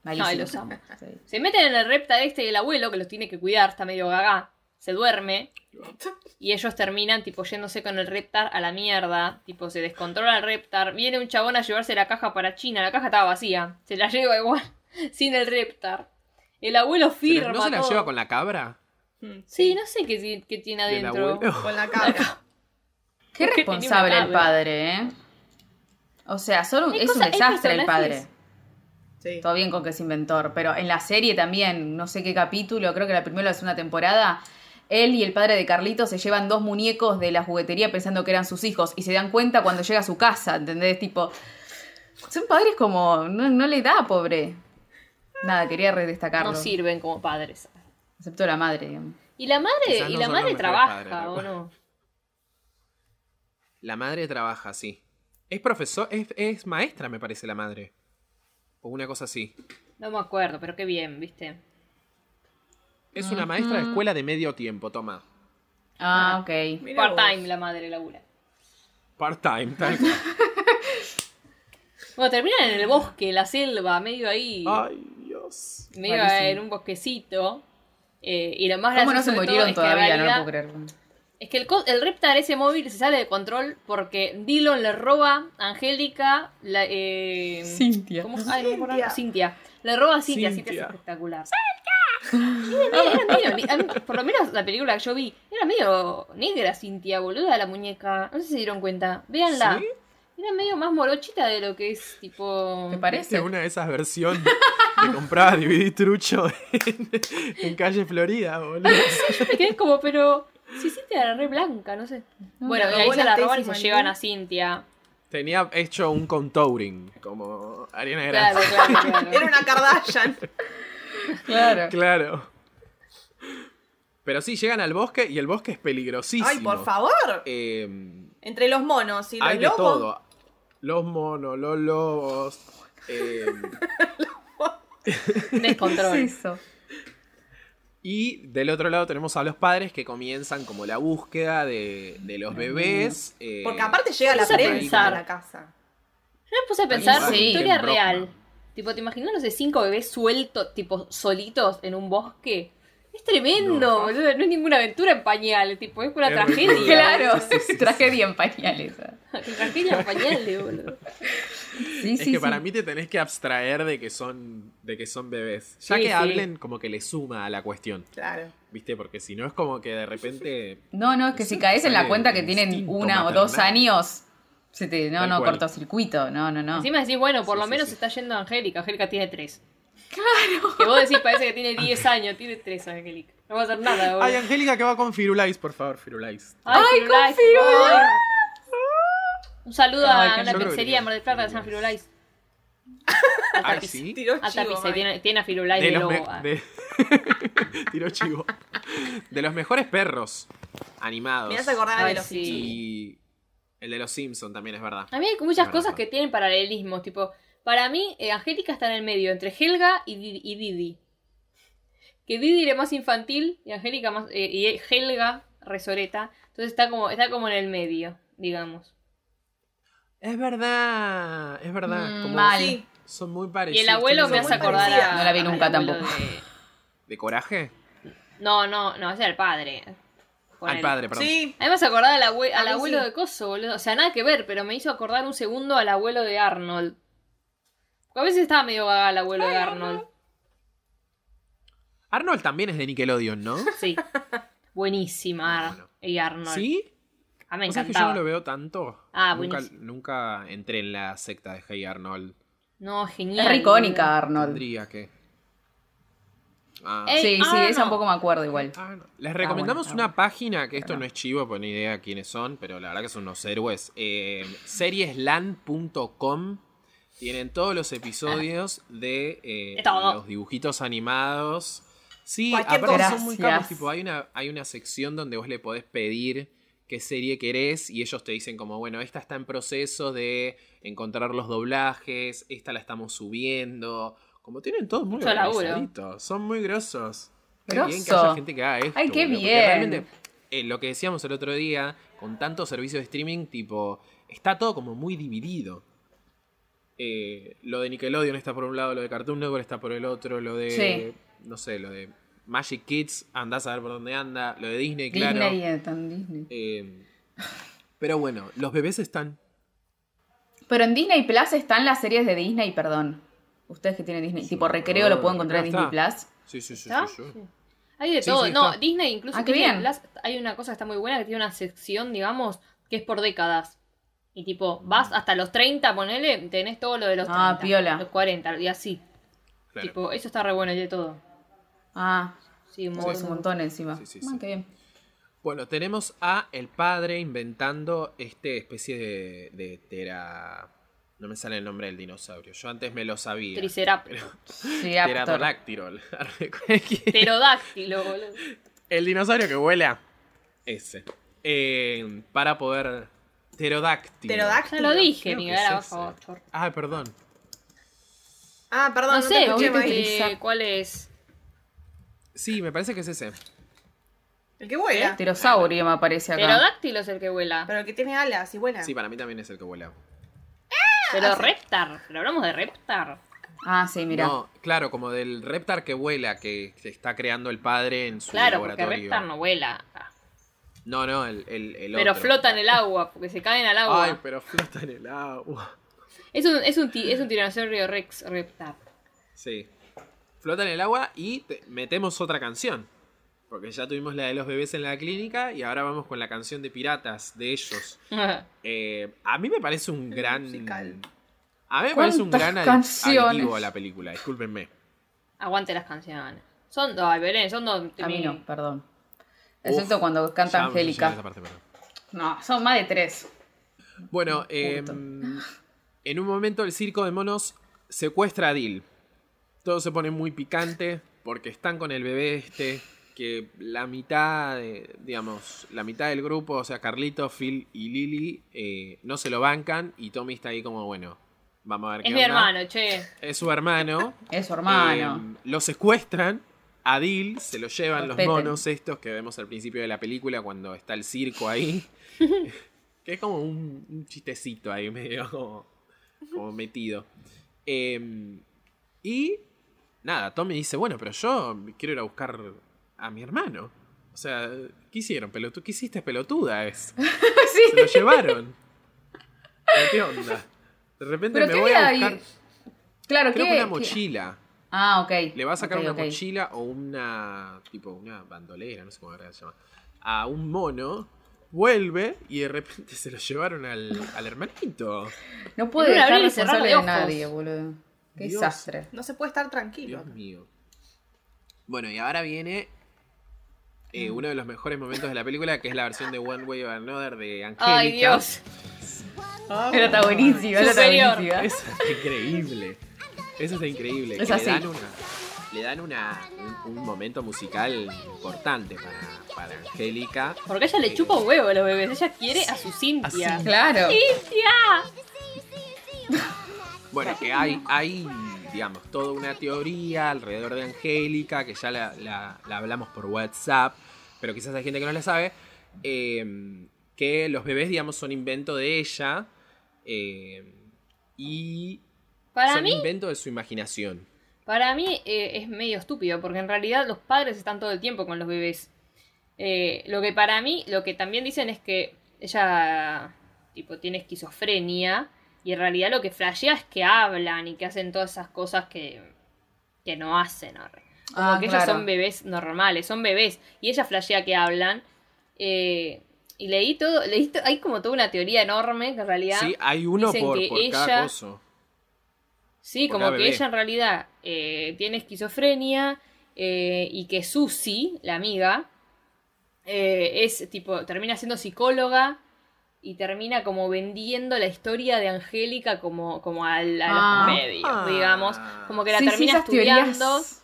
Malísimo. Ay, los amo. Sí. Se meten en el reptar este y el abuelo, que los tiene que cuidar, está medio gaga. se duerme y ellos terminan tipo yéndose con el Reptar a la mierda, tipo se descontrola el Reptar, viene un chabón a llevarse la caja para China, la caja estaba vacía, se la lleva igual, sin el Reptar. El abuelo Pero firma. ¿No se la todo. lleva con la cabra? Mm, Hmm, Sí, no sé qué, ti- qué tiene del adentro. abuelo? Con la cabra. Qué Porque tiene responsable una el cabra. padre, ¿eh? O sea, solo Hay es cosas- un hay desastre el padre. personajes- Sí. Todo bien con que es inventor, pero en la serie también, no sé qué capítulo, creo que la primera o la segunda temporada, él y el padre de Carlito se llevan dos muñecos de la juguetería pensando que eran sus hijos y se dan cuenta cuando llega a su casa, ¿entendés? Tipo, son padres como, no, no le da, pobre. Nada, quería redestacarlo. No sirven como padres. Excepto la madre, digamos. Y la madre, Quizás y no la son madre los mejores trabaja, padres, tal ¿o cual. no? La madre trabaja, sí. Es profesor, es, es maestra, me parece, la madre. O una cosa así. No me acuerdo, pero qué bien, ¿viste? Es una maestra de escuela de medio tiempo, toma. Ah, ok. Mirá vos. Part-time la madre labura. Part-time, tal cual. Bueno, terminan en el bosque, en la selva, medio ahí, Ay, Dios. medio Ah, rarísimo. en un bosquecito. Eh, y lo más ¿Cómo no se gracioso de todo murieron es que en todavía? No realidad- lo puedo creer. Es que el, co- el Reptar ese móvil se sale de control porque Dillon le roba a Angélica, la, eh, Cintia. ¿cómo? Ay, no me acuerdo. Cintia. Cintia. Le roba a Cintia, Cintia, Cintia. es espectacular. ¡Cintia! Era medio, era medio- por lo menos la película que yo vi, era medio negra Cintia, boluda, la muñeca. No sé si se dieron cuenta. Véanla. ¿Sí? Era medio más morochita de lo que es, tipo... ¿Te Este parece? una de esas versiones que compraba DVD trucho en, en calle Florida, boludo. Yo me quedé como, pero... Si Cintia era re blanca, no sé. Bueno, la y ahí abuela se la Stacy roban y se Malibu. llevan a Cintia. Tenía hecho un contouring, como Ariana Claro, Grande. claro, claro. Era una Kardashian. Claro. Claro. Pero sí, llegan al bosque y el bosque es peligrosísimo. Ay, por favor. Eh, Entre los monos y los hay de lobos. todo. Los monos, los lobos. eh, Descontrol. ¿Qué es eso? y del otro lado tenemos a los padres que comienzan como la búsqueda de, de los bebés. eh, Porque aparte llega la Eso es prensa a pensar. la casa. Yo me puse a pensar Sí. historia Ken real. Brockman. Tipo, ¿te imaginas, no sé, cinco bebés sueltos, tipo, solitos en un bosque? Es tremendo, No. boludo. No es ninguna aventura en pañales, tipo, es una Es ridículo. tragedia. Claro, tragedia en pañales. tragedia en pañales, boludo. Sí, Es que para mí te tenés que abstraer de que son, de que son bebés. Ya Sí, que sí. hablen, como que le suma a la cuestión. Claro. ¿Viste? Porque si no es como que de repente. No, no, es que si Sí, caes en la sale cuenta el que tienen instinto una o maternal. dos años, se te, no, Tal no, cual. cortocircuito, no, no, no. Encima decís, bueno, por Ah. Sí, lo sí, menos sí. está yendo Angélica. Angélica tiene tres. Claro. Que vos decís, parece que tiene 10 años, tiene tres Angélica. No va a hacer nada, Ay, boludo. Angélica, que va con Firulais, por favor, Firulais. Ay, Firulais, por Firulais. favor. Un saludo Ay, qué a una lloro que pizzería de Mar del Plata de San Firulais. Firulais. Ay, Ah, sí. Tiró A chivo, tapice, Mike. tiene, tiene a Firulais de, De los me- lobo. de- Tiró chivo. De los mejores perros animados. Me hace acordar Ay, de los sí. Y el de los Simpson también es verdad. A mí hay muchas Bueno, cosas no. que tienen paralelismos, tipo, para mí eh, Angélica está en el medio, entre Helga y Didi. y Didi. Que Didi era más infantil y Angélica más... eh, y Helga resoreta. Entonces está como, está como en el medio, digamos. Es verdad, es verdad. Mm, como mal. Sí. Son muy parecidos. Y el abuelo tienen me un hace muy buen acordar parecida. a... No la vi al nunca abuelo tampoco. de- ¿De coraje? No, no, no, ese era el padre. Al Ponele. padre, perdón. Sí. A mí me hace acordar al, abue- al A mí abuelo sí. de Coso, boludo. O sea, nada que ver, pero me hizo acordar un segundo al abuelo de Arnold. A veces estaba medio vaga el abuelo de Arnold. Arnold también es de Nickelodeon, ¿no? Sí. Buenísima Ar- Bueno. y Arnold. ¿Sí? Ah, me O sea que yo encantaba. no lo veo tanto. Ah, nunca, buenísimo. nunca nunca entré en la secta de Hey Arnold. No, Es genial. re icónica, boludo. Arnold. Tendría que. Ah. Ey, sí, sí, ah, esa un no. poco me acuerdo igual. Ah, no. Les recomendamos bueno, está una bueno. página, que esto Perdón. no es chivo, pues ni idea quiénes son, pero la verdad que son unos héroes. Eh, serieslan.com tienen todos los episodios de eh, De todo. los dibujitos animados. Sí, Cualquier aparte cosa. son muy Gracias. caros. Tipo, hay una, hay una sección donde vos le podés pedir qué serie querés y ellos te dicen como, bueno, esta está en proceso de encontrar los doblajes, esta la estamos subiendo. Como tienen todos muy Mucho laburo. organizadito, son muy grosos. Qué bien que Grosso. haya gente que haga esto. Ay, qué boludo, porque bien. realmente, eh, lo que decíamos el otro día, con tantos servicios de streaming, tipo, está todo como muy dividido. Eh, lo de Nickelodeon está por un lado, lo de Cartoon Network está por el otro, lo de. Sí. No sé, lo de Magic Kids, andás a ver por dónde anda. Lo de Disney, claro. Disney eh, tan Disney. Eh, pero bueno, los bebés están. Pero en Disney Plus están las series de Disney, perdón. Ustedes que tienen Disney. tipo Recreo lo puedo encontrar en Acá Disney Plus. Sí, sí, sí. ¿Está? sí, sí. Hay de Sí, todo. sí, no, está. Disney incluso Ah, qué tiene bien. las- hay una cosa que está muy buena que tiene una sección, digamos, que es por décadas. Y tipo, Mm. vas hasta los 30, ponele, tenés todo lo de los 30. Ah, piola. Los 40 y así. Claro. Tipo, eso está re bueno y de todo. Ah, Sí, un oh, es un montón encima. Sí, sí, Ah, sí. qué bien. Bueno, tenemos a el padre inventando este especie de, de tera... No me sale el nombre del dinosaurio. Yo antes me lo sabía. Triceratops. Sí, Aptor. Pterodáctilo. Pterodáctilo, boludo. El dinosaurio que vuela. Ese. Eh, para poder... Pterodáctilo. Ya Pterodáctilo. lo dije, Creo que Miguel, es por ese. favor. chorro. Ah, perdón. Ah, perdón, No no, te sé, escuché, viste ¿viste? Mael. que- cuál es. Sí, me parece que es ese. El que vuela. ¿Eh? Pterosaurio me aparece acá. Pterodáctilo es el que vuela. Pero el que tiene alas y Ah. vuela. Sí, para mí también es el que vuela. Pero Reptar, pero hablamos de Reptar. Ah, sí, mira. No, claro, como del reptar que vuela, que se está creando el padre en su Claro, porque laboratorio. Reptar no vuela. no, no, el, el, el Pero otro. flota en el agua, porque se caen al agua. Ay, pero flota en el agua. Es un, es un, ti- es un tiranosaurio Rex Reptar. Sí. Flota en el agua y te- metemos otra canción. Porque ya tuvimos la de los bebés en la clínica y ahora vamos con la canción de piratas de ellos. Eh, a mí me parece un gran. musical. A mí me parece un gran ¿Cuántas adi- canciones? aditivo a la película, discúlpenme. Aguante las canciones. Son dos, ay, Belén, son dos. A mí no, mi- perdón. Uf, Excepto cuando canta Ya vamos a llegar a esa Angélica. parte, perdón. No, son más de tres. Bueno, eh, en un momento el circo de monos secuestra a Dil. Todo se pone muy picante porque están con el bebé este, que la mitad, de- digamos, la mitad del grupo, o sea, Carlito, Phil y Lily, eh, no se lo bancan y Tommy está ahí como, bueno, vamos a ver qué Es mi onda. hermano, che. Es su hermano. Es su hermano. Eh, lo secuestran. A Dil se lo llevan Respeten. los monos estos que vemos al principio de la película cuando está el circo ahí. que es como un, un chistecito ahí, medio como, como metido. Eh, y nada, Tommy dice, bueno, pero yo quiero ir a buscar a mi hermano. O sea, ¿qué hicieron? Pelotu ¿Qué hiciste pelotuda? Es? Se lo llevaron. ¿Qué onda? De repente Pero me ¿qué voy le a da buscar... ahí? Claro, Creo ¿qué- que una qué- mochila. Ah, ok. Le va a sacar Ok, una ok. mochila o una. tipo una bandolera, no sé cómo ahora se llama. A un mono, vuelve y de repente se lo llevaron al, al hermanito. No En puede un dejar abrir y cerrar responsable de a ojos. nadie, boludo. Qué Dios. desastre. No se puede estar tranquilo. Dios mío. Bueno, y ahora viene Mm. eh, uno de los mejores momentos de la película, que es la versión de One Way or Another de Angélica. Ay, Dios. Ah, Pero está buenísima, esa está Superior. buenísima. Eso es increíble. Eso está increíble. Es Que así. Le dan, una, le dan una- un, un momento musical importante para, para Angélica. Porque a ella le chupa un huevo a los bebés. Ella quiere a su Cintia. Así. Claro. ¡Cintia! Bueno, que hay, hay, digamos, toda una teoría alrededor de Angélica, que ya la, la- la hablamos por WhatsApp, pero quizás hay gente que no la sabe, eh, que los bebés, digamos, son invento de ella eh, y Para son mí, invento de su imaginación. Para mí eh, es medio estúpido, porque en realidad los padres están todo el tiempo con los bebés. Eh, lo que para mí, lo que también dicen es que ella, tipo, tiene esquizofrenia, y en realidad lo que flashea es que hablan y que hacen todas esas cosas que, que no hacen. arre. Como Ah, que ellos claro. son bebés normales, son bebés, y ella flashea que hablan. eh, y leí todo, leí to- hay como toda una teoría enorme que en realidad... Sí, hay uno Dicen por, que por cada ella- coso. Sí, Por como cada que bebé. ella en realidad eh, tiene esquizofrenia eh, y que Susi, la amiga, eh, es tipo, termina siendo psicóloga y termina como vendiendo la historia de Angélica como, como al- a, Ah. los medios, Ah. digamos. Como que la Sí, sí, termina esas estudiando teorías.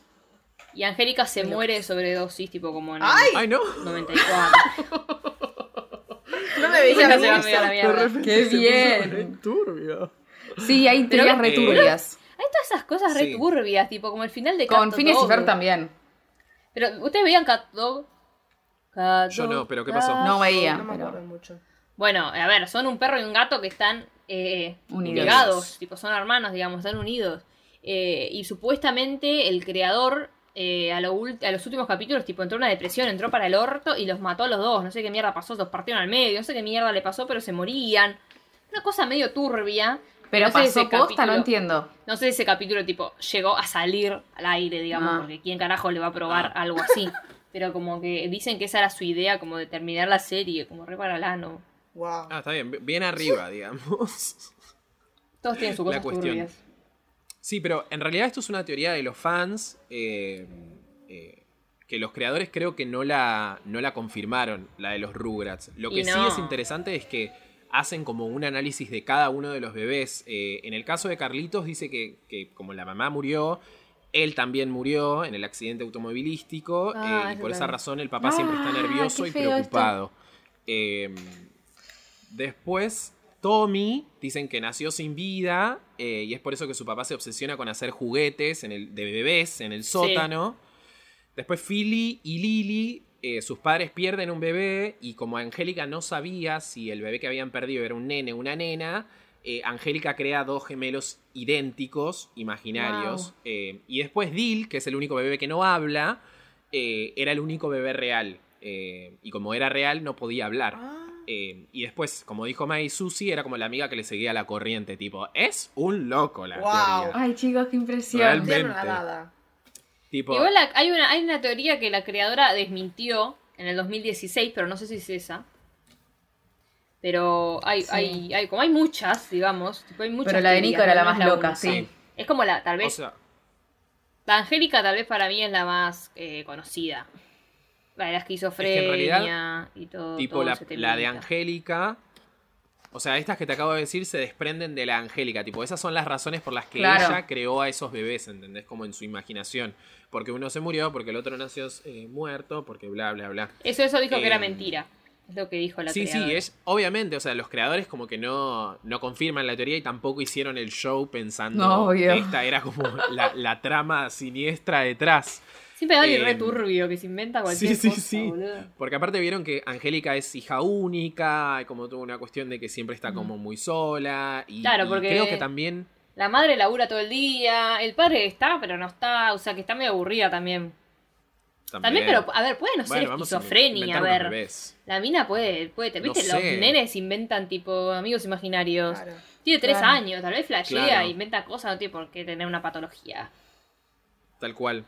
y Angélica se Qué muere de sobredosis, tipo como en el ¡Ay! Ay, no. 94. No me veía Ella se va venir. medio a la De mierda. repente ¡Qué se puso bien! re turbio. Sí, hay Pero teorías ves- returbias. Hay todas esas cosas re Sí. turbias, tipo como el final de Con Cat Phineas y Dog. Fer también. Pero, ¿ustedes veían Cat Dog? Cat Yo Dog, no, pero ¿qué pasó? Cat No veía, No me pero- acuerdo mucho. Bueno, a ver, son un perro y un gato que están eh, Unidos. ligados, tipo, son hermanos, digamos, están unidos. Eh, y supuestamente el creador eh, a, lo ult- a los últimos capítulos, tipo, entró una depresión, entró para el orto y los mató a los dos. No sé qué mierda pasó, los partieron al medio, no sé qué mierda le pasó, pero se morían. Una cosa medio turbia. Pero no sé pasó ese posta, no capítulo- entiendo. No sé, ese capítulo, tipo, llegó a salir al aire, digamos, Ah. porque quién carajo le va a probar algo así. Pero como que dicen que esa era su idea, como de terminar la serie, como re para la, no. Wow. Ah, está bien, bi- bien arriba, digamos. Todos tienen sus La cosas cuestión. turbias. Sí, pero en realidad esto es una teoría de los fans eh, eh, que los creadores creo que no la, no la confirmaron, la de los Rugrats. Lo Y que sí no. es interesante es que hacen como un análisis de cada uno de los bebés. Eh, en el caso de Carlitos dice que, que como la mamá murió, él también murió en el accidente automovilístico Ah, eh, y eso por esa también. razón el papá siempre está Ah, nervioso qué y feo esto. preocupado. Eh, Después, Tommy, dicen que nació sin vida eh, y es por eso que su papá se obsesiona con hacer juguetes en el, de bebés en el sótano. Después, Philly y Lily, eh, sus padres pierden un bebé y como Angélica no sabía si el bebé que habían perdido era un nene o una nena, eh, Angélica crea dos gemelos idénticos, imaginarios. Wow. Eh, y después, Dil, que es el único bebé que no habla, eh, era el único bebé real. Eh, y como era real, no podía hablar. Ah. Eh, y después, como dijo Mai, Susie era como la amiga que le seguía la corriente, tipo, es un loco la Wow. teoría. Ay, chicos, qué impresión. Realmente. Tierno la nada. Tipo, Igual la- hay, una, hay una teoría que la creadora desmintió en el 2016, pero no sé si es esa. Pero hay, Sí. hay, hay, como hay muchas, digamos. tipo, hay muchas Pero la de teorías, Nico era no la es más loca, única. sí. Es como la, tal o vez, sea, la Angélica tal vez para mí es la más eh, conocida. La de la esquizofrenia realidad, y todo. tipo todo la, ese la de temita. Angélica. O sea, estas que te acabo de decir se desprenden de la Angélica. Tipo, esas son las razones por las que Claro. ella creó a esos bebés, ¿entendés? Como en su imaginación. Porque uno se murió, porque el otro nació eh, muerto, porque bla, bla, bla. Eso, eso dijo que Eh, era mentira. Es lo que dijo la Sí, creadora. sí, es obviamente, o sea, los creadores como que no, no confirman la teoría y tampoco hicieron el show pensando No, obvio. esta era como la, la trama siniestra detrás. Siempre hay alguien eh, re turbio que se inventa sí, cualquier sí, cosa, sí. boludo. Porque aparte vieron que Angélica es hija única, y como tuvo una cuestión de que siempre está como muy sola. Y, Claro, y porque- creo que también. La madre labura todo el día, el padre está, pero no está, o sea que está medio aburrida también. También, pero, a ver, puede no ser Bueno, vamos a esquizofrenia, a inventar unos ver. bebés. La mina puede, puede, te No viste, los sé. nenes inventan tipo amigos imaginarios. Claro. Tiene tres Claro. años, tal vez flashea, e Claro. inventa cosas, no tiene por qué tener una patología. Tal cual.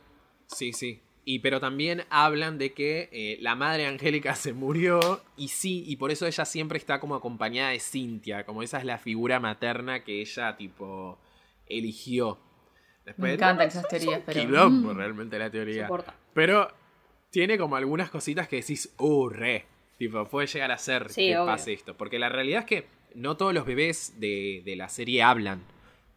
Sí, sí. Y pero también hablan de que eh, la madre Angélica se murió y sí, y por eso ella siempre está como acompañada de Cintia, como esa es la figura materna que ella tipo eligió. Me Después, encantan no, esas teorías, pero. quilombo Mm. realmente la teoría. Soporta. Pero tiene como algunas cositas que decís, uh, re. Tipo, puede llegar a ser Sí, que obvio. pase esto. Porque la realidad es que no todos los bebés de, de la serie hablan,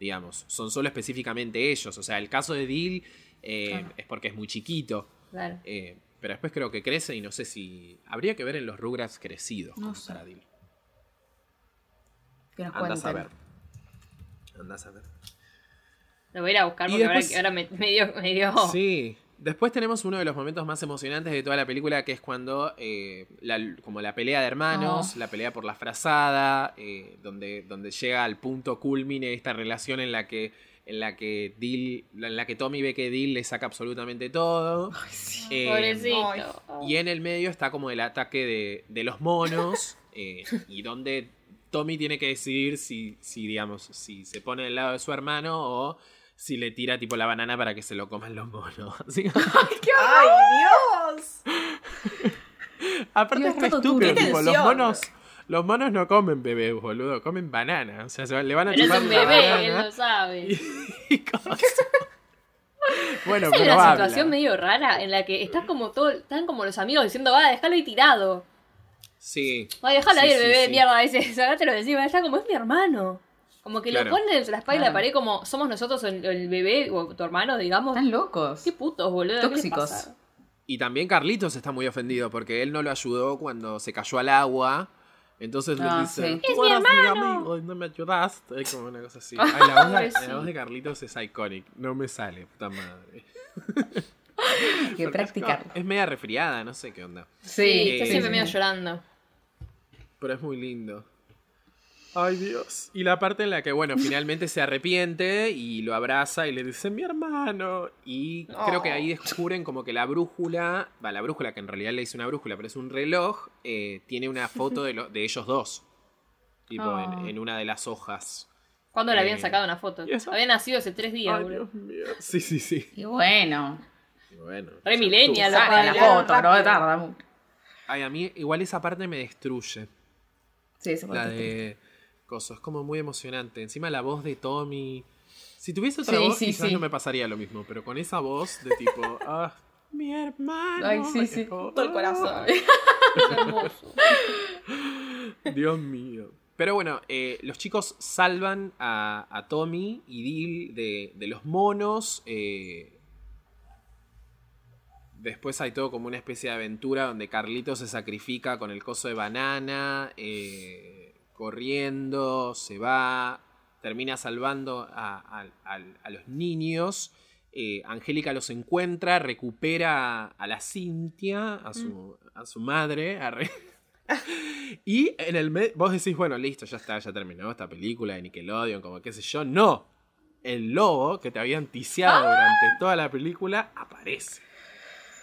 digamos. Son solo específicamente ellos. O sea, el caso de Dil eh, Claro. es porque es muy chiquito. Claro. eh, pero después creo que crece y no sé si. Habría que ver en los Rugrats crecidos No cómo sé. estará Dil. Que nos Andás a cuenten. ver. Andás a ver. Lo voy a ir a buscar Y porque ahora- después- ahora, me, me dio, me dio- Sí. Después tenemos uno de los momentos más emocionantes de toda la película, que es cuando, eh, la- como la pelea de hermanos, la pelea por la frazada, eh, donde, donde llega al punto culmine esta relación en la que, en la que Dil, en la que Tommy ve que Dil le saca absolutamente todo. Eh, Pobrecito. Ay. y en el medio está como el ataque de, de los monos, eh, y donde Tommy tiene que decidir si, si, digamos, si se pone del lado de su hermano o si le tira tipo la banana para que se lo coman los monos. Así- ¡Ay, Dios! Aparte Dios, es re todo estúpido, turbio. tipo, los Qué tensión. monos, los monos no comen bebés, boludo, comen banana. O sea, se, le van a Pero es chupar un la bebé, él banana lo sabe. y- y cosas. Bueno, Hay pero una habla. situación medio rara en la que estás como todo, están como los amigos diciendo, va, déjalo ahí tirado. Sí. Va, déjalo Sí, ahí el sí, bebé de sí. mierda ese, sacátelo de encima. Está como, es mi hermano. Como que Claro. lo ponen entre la espalda y la Claro. pared como, somos nosotros el, el bebé o tu hermano, digamos. Están locos. Qué putos, boludo. ¿qué les Tóxicos. pasa? Y también Carlitos está muy ofendido porque él no lo ayudó cuando se cayó al agua. Entonces Ah, le dice, sí. tú ¡Es mi eras mi hermano! amigo y no me ayudaste. Es como una cosa Ah, así. Ay, la, voz de, la Pobrecito. voz de Carlitos es iconic. No me sale, puta madre. Hay que Porque es como- practicarlo. Es media resfriada, no sé qué onda. Sí, está sí, siempre sí. medio llorando. Pero es muy lindo. Ay, Dios. Y la parte en la que, bueno, finalmente se arrepiente y lo abraza y le dice, mi hermano. Y creo que ahí descubren como que la brújula, va, la brújula, que en realidad le hice una brújula, pero es un reloj, eh, tiene una foto de, lo- de ellos dos. Tipo, en, Ah. Oh. en una de las hojas. ¿Cuándo le habían Eh, sacado una foto? ¿y eso? Había nacido hace tres días, Ay, boludo. Dios mío. Sí, sí, sí. Y bueno, Y Bueno. Re millennial, tú. saca la bailaron foto, no Ah, rápido. tarda mucho. Ay, a mí igual esa parte me destruye. Sí, esa La parte de es cosas, es como muy emocionante. Encima la voz de Tommy. Si tuviese otra Sí, voz, sí, quizás sí. no me pasaría lo mismo, pero con esa voz de tipo, ah, mi hermano. Ay, sí, es sí. como, Todo el corazón. Es hermoso. "Ah, Dios mío. Pero bueno, eh, los chicos salvan a, a Tommy y Dil de, de los monos. eh, Después hay todo como una especie de aventura donde Carlito se sacrifica con el coso de banana, eh, corriendo, se va, termina salvando a, a- a- a los niños. eh, Angélica los encuentra, recupera a, a la Cintia, a su, Mm. a su madre. arre. Y en el me- vos decís, bueno, listo, ya está, ya terminó esta película de Nickelodeon, como qué sé yo. No, el lobo que te habían ¡Ah! ticiado durante toda la película aparece.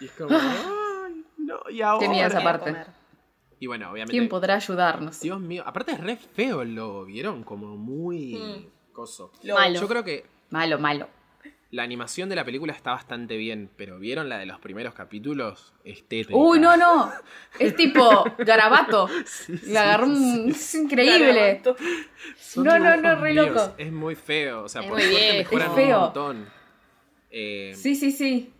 Y es como, ay, no, y ahora. Qué miedo ¡Ah! esa Quiero parte. comer. Y bueno, obviamente. ¿Quién podrá ayudarnos? Dios mío, aparte es re feo el lobo, ¿vieron? Como muy Mm. coso. Lo- Malo. Yo creo que Malo, malo. la animación de la película está bastante bien, pero ¿vieron la de los primeros capítulos? Es tétrica. Uy, no, no. Es tipo garabato. Le agarró un... Es increíble. Garabato. Son No, no, dibujos no, re míos. loco. Es muy feo, o sea, Es por muy suerte viejo. mejoran Es feo. un montón. Eh, Sí, sí, sí.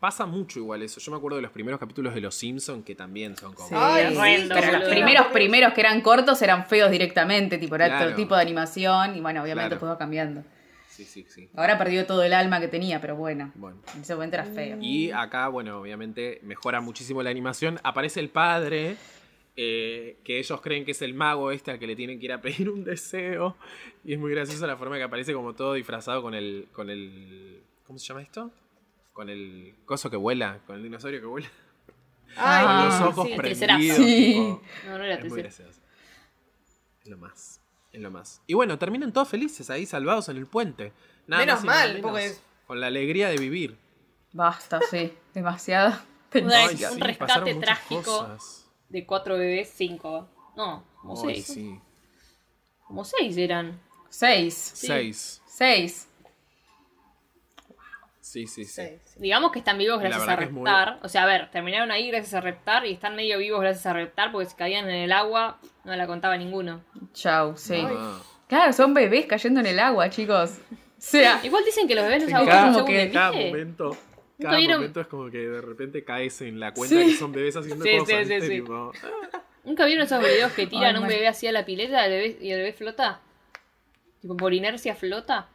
Pasa mucho igual eso. Yo me acuerdo de los primemeros capítulos de Los Simpsons que también son como. Sí. Ay, sí, horrendo, Pero los boludo. primeros, primeros que eran cortos eran feos directamente, tipo, era Claro. otro tipo de animación y bueno, obviamente Claro. todo va cambiando. Sí, sí, sí. Ahora perdió todo el alma que tenía, pero bueno, Bueno. en ese momento era feo. Y acá, bueno, obviamente mejora muchísimo la animación. Aparece el padre, eh, que ellos creen que es el mago este al que le tienen que ir a pedir un deseo. Y es muy gracioso la forma que aparece como todo disfrazado con el... Con el ¿Cómo se llama esto? Con el coso que vuela, con el dinosaurio que vuela. Ay, Con Ah, los ojos sí. prendidos. Sí. tipo, No, no era es muy tercera. gracioso. Es lo más. Es lo más. Y bueno, terminan todos felices ahí, salvados en el puente. Nada más Menos y nada mal, menos. porque- Con la alegría de vivir. Basta, sí, demasiado. Ay, Ay, un sí, rescate pasaron muchas trágico. cosas. De cuatro bebés, cinco. No, como Ay, seis. sí. Como seis eran. Seis. Seis. Seis. Sí, sí, sí. Sí, sí. Digamos que están vivos La gracias verdad a que es muy- Reptar. O sea, a ver, terminaron ahí gracias a Reptar y están medio vivos gracias a Reptar porque si caían en el agua no la contaba ninguno. Chau, sí. Ah. Claro, son bebés cayendo en el agua, chicos. O sea, Igual dicen que los bebés En los cada, ahogan como según que el cada bife. momento. Cada vieron- momento es como que de repente caes en la cuenta Sí. que son bebés haciendo Sí, sí, cosas. sí, ¿viste? sí. Tipo, ¿Nunca vieron esos videos que tiran Ay, a un man. bebé hacia la pileta el bebé- y el bebé flota? Tipo, por inercia flota.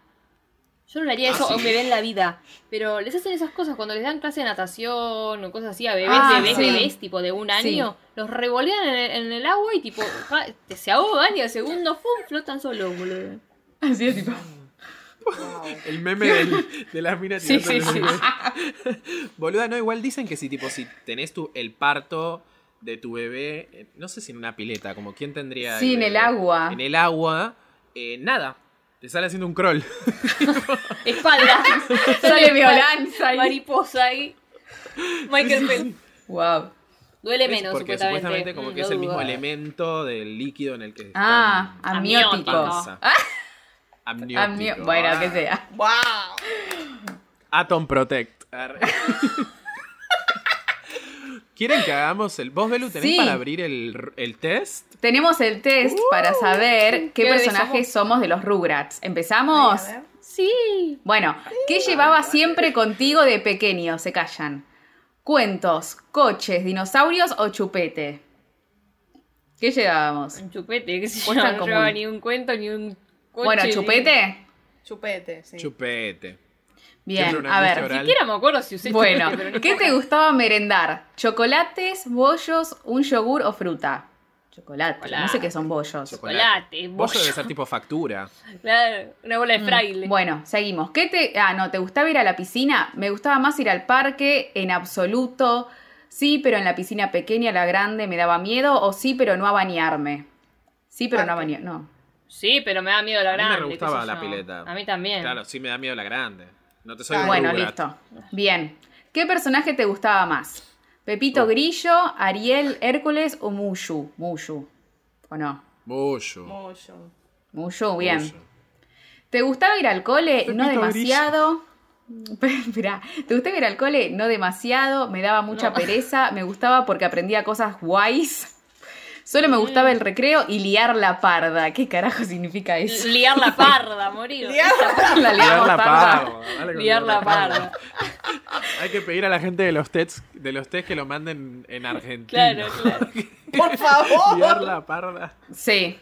Yo no le haría eso a un bebé en la vida. Pero les hacen esas cosas cuando les dan clase de natación o cosas así a bebés, Ah, bebés, sí. bebés, tipo de un año. Los revolean en el, en el agua y tipo ja, te- se ahogan y al segundo ¡fum! flotan solos, boludo. así de tipo. Wow. El meme del- de las minas Sí, tirando sí, el bebé. Boluda, no, igual dicen que si tipo si tenés tu, el parto de tu bebé, eh, no sé si en una pileta, como quién tendría. Sí, en bebé? el agua. En el agua, eh, nada. Te sale haciendo un crawl. Espalda. Sale Sale violanza pa- ahí. Mariposa ahí. Michael Phelps. Wow. Duele Es menos, porque supuestamente. supuestamente como Mm, que no es el mismo dudo. elemento del líquido en el que están- Ah, Amniótico. amniótico. pasa. Amniótico. Amnio- Bueno, que sea. Wow. Atom Protect. Arre. ¿Quieren que hagamos el. ¿Vos, Belu, tenés Sí. para abrir el, el test? Tenemos el test para saber qué, ¿Qué bebés personajes somos? de los Rugrats. ¿Empezamos? Ay, a ver. Sí. Bueno, ¿qué llevaba siempre contigo de pequeño? Se callan. Cuentos, coches, dinosaurios o chupete. ¿Qué llevábamos? Un chupete, que se Puesta yo, en no llevaba común. ni un cuento ni un coche. Bueno, ni- chupete. Chupete, sí. Chupete. Bien, Siempre una a angustia ver. Ni oral. siquiera me acuerdo si usé Bueno, chupete, pero no ¿qué importa. te gustaba merendar? ¿Chocolates, bollos, un yogur o fruta? Chocolate, no sé qué son bollos. Chocolate, Vos bollo. debe ser tipo factura. Claro, una bola de fraile. Mm, Bueno, seguimos. ¿Qué te. Ah, no, ¿te gustaba ir a la piscina? Me gustaba más ir al parque, en absoluto. Sí, pero en la piscina pequeña, la grande, me daba miedo. O sí, pero no a bañarme. Sí, pero no Parque. bañó. No. Sí, pero me da miedo la A mí me grande. re qué gustaba sé la yo. pileta. A mí también. Claro, sí me da miedo la grande. No te soy Ah, un Bueno, Rugrats. listo. Bien. ¿Qué personaje te gustaba más? ¿Pepito Uh. Grillo, Ariel, Hércules o Mushu? Mushu. ¿O no? Mucho. Moyo. Mushu, bien. mucho. ¿Te gustaba ir al cole? Pepito no demasiado. Espera, ¿te gustaba ir al cole? No demasiado. Me daba mucha No. pereza. Me gustaba porque aprendía cosas guays. Solo me gustaba el Mm. recreo y liar la parda. ¿Qué carajo significa eso? Liar la parda, morir. Liar La liamos Liar la parda. parda, dale con Liar la parda. Hay que pedir a la gente de los TEDs, de los TEDs que lo manden en Argentina. Claro, claro. Por favor. Liar la parda. Sí.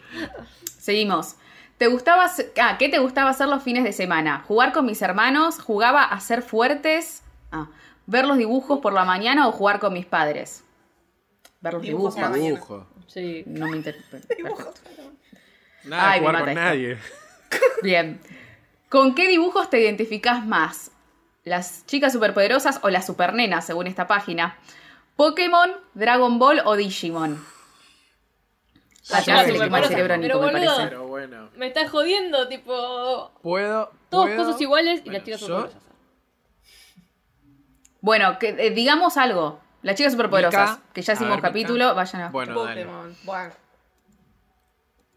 Seguimos. ¿Te gustaba, hacer- ah, ¿Qué te gustaba hacer los fines de semana? ¿Jugar con mis hermanos? ¿Jugaba a ser fuertes? Ah, ¿Ver los dibujos por la mañana o jugar con mis padres? Ver los dibujos. Dibujos por la mañana. Dibujo. Sí. No me interesa. Nada, Ay, de me jugar mata con esto. nadie. Bien. ¿Con qué dibujos te identificás más? ¿Las chicas superpoderosas o las supernenas, según esta página? ¿Pokémon, Dragon Ball o Digimon? Acá Sí, se le sí, quemó el sí. cerebro a Pero Nico, me boludo. parece. Pero bueno. Me estás jodiendo, tipo. Puedo. Todos puedo- cosas iguales y Bueno, las chicas yo- son cosas. Bueno, que, eh, digamos algo. Las chicas superpoderosas, Mica, que ya a hicimos ver, capítulo, Mica. vayan a... Bueno, dale. Pokémon. Buah. Ah,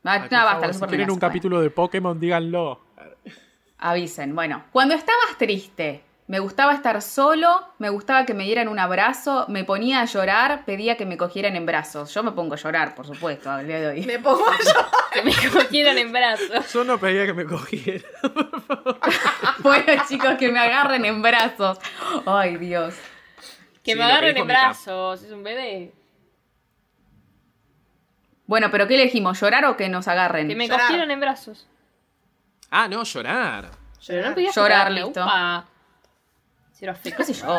Ay, por no, basta, favor, las si quieren supernenas, un bueno. capítulo de Pokémon, díganlo. Avisen. Bueno, cuando estabas triste, me gustaba estar solo, me gustaba que me dieran un abrazo, me ponía a llorar, pedía que me cogieran en brazos. Yo me pongo a llorar, por supuesto, al día de hoy. Me pongo yo. Que me cogieran en brazos. Yo no pedía que me cogiera. Bueno, chicos, que me agarren en brazos. Ay, Dios. Que Sí, me lo que agarren dijo en Mica. brazos. Es un bebé. Bueno, pero ¿qué elegimos? ¿Llorar o que nos agarren? Que me Llorar. cogieran en brazos. Ah, no, llorar. Pero no pedías Llorar, pegarle, listo. upa. Cero afecto. ¿Qué sé yo?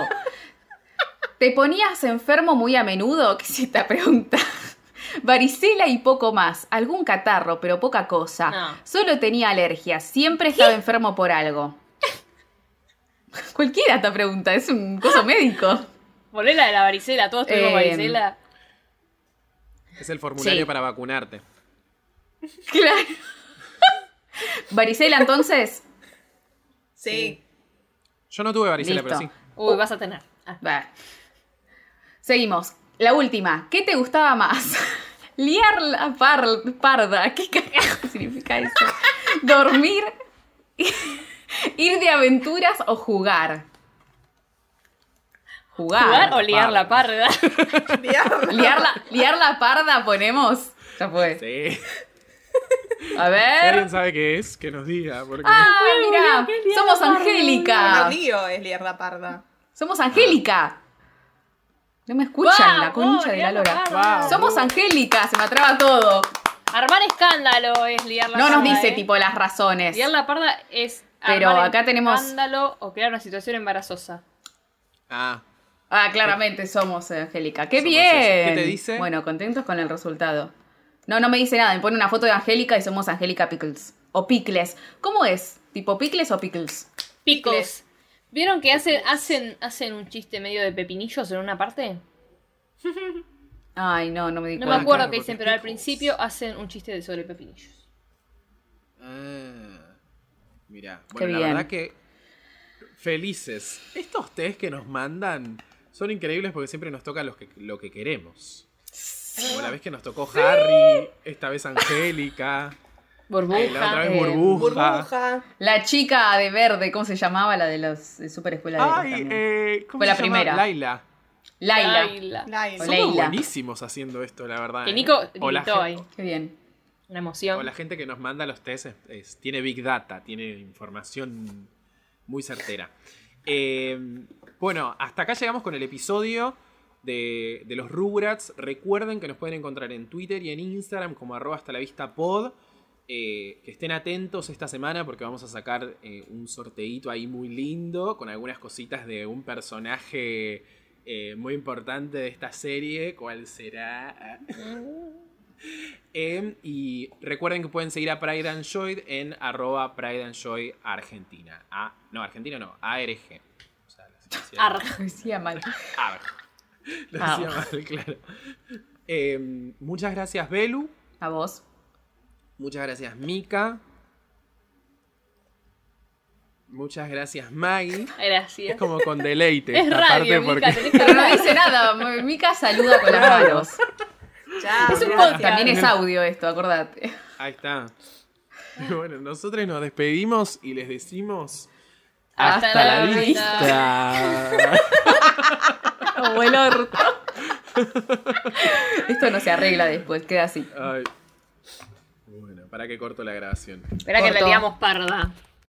¿Te ponías enfermo muy a menudo? ¿Qué si te pregunta? Varicela y poco más. Algún catarro, pero poca cosa. No. Solo tenía alergia. Siempre estaba enfermo por algo. Cualquiera esta pregunta, es un coso médico. Volé la de la varicela, todos tuvimos Eh, varicela. Es el formulario Sí. para vacunarte. Claro. Varicela, entonces. Sí. Yo no tuve varicela, Listo. pero sí. Uy, vas a tener. Ah. Bah. Seguimos. La última. ¿Qué te gustaba más? Liar la par- parda. ¿Qué carajo significa eso? Dormir, ir de aventuras o jugar. Jugar. ¿Jugar o liar la parda? Diablo. Liar, la, liar la parda ponemos. Ya fue. Sí. A Si alguien ver. sabe qué es, que nos diga. Porque... Ah, Bueno, mira. qué liar Somos la parda. Angélica. Ah. Lo mío es liar la parda. Somos Angélica. No me escuchan la Vamos, concha de la liar la lora. parda. Somos Angélica, se me atraba todo. Armar escándalo es liar la No parda. nos dice eh. tipo las razones. Liar la parda es. Pero armar acá tenemos- Escándalo o crear una situación embarazosa. Ah, Ah, claramente somos eh, Angélica. ¡Qué Somos bien! eso. ¿Qué te dice? Bueno, contentos con el resultado. No, no me dice nada. Me pone una foto de Angélica y somos Angélica Pickles. O Pickles. ¿Cómo es? ¿Tipo Pickles o Pickles? Picles. ¿Vieron que hacen, hacen, hacen un chiste medio de pepinillos en una parte? Ay, no, no me di No me cuenta. acuerdo claro, qué porque dicen, pero al pickles. principio hacen un chiste de sobre pepinillos. Ah, mirá. Bueno, la bien. verdad que felices. Estos test que nos mandan son increíbles porque siempre nos toca los que, lo que queremos. Como la vez que nos tocó Harry, esta vez Angélica, eh, la otra Burbuja. vez eh, Burbuja. Burbuja. La chica de verde, ¿cómo se llamaba? La de los de Super Escuela de Ay, también. eh, ¿cómo Fue se la llama? primera. Laila. Laila. Laila. Laila. Hola. Somos Leila. buenísimos haciendo esto, la verdad. Que eh. Nico O la, gritó ahí. gen- Qué bien. Una o emoción. la gente que nos manda los test es- es- tiene Big Data, tiene información muy certera. Eh, bueno, hasta acá llegamos con el episodio de, de los Rugrats. Recuerden que nos pueden encontrar en Twitter y en Instagram como arroba hasta la vista pod. Eh, que estén atentos esta semana porque vamos a sacar eh, un sorteíto ahí muy lindo con algunas cositas de un personaje eh, muy importante de esta serie. ¿Cuál será? Em, y recuerden que pueden seguir a Pride and Joy en arroba Pride and Joy Argentina. A- no, Argentina no, ARG. O sea, lo decía- Arg. Decía mal. Arg. Lo decía mal, claro. Em, muchas gracias, Belu. A vos. Muchas gracias, Mika. Muchas gracias, Maggie. Gracias. Es como con deleite ¿eh? Es esta parte radio, Mica, porque. tenés que Pero no hablar. dice nada, Mika saluda con las manos. Chao, Es un gracias. podcast. También es audio esto, acordate. Ahí está. Y bueno, nosotros nos despedimos y les decimos. Hasta la vista. Como el orto. Esto no se arregla después, queda así. Ay. Bueno, para que corto la grabación. Espera que la Corto. liamos parda.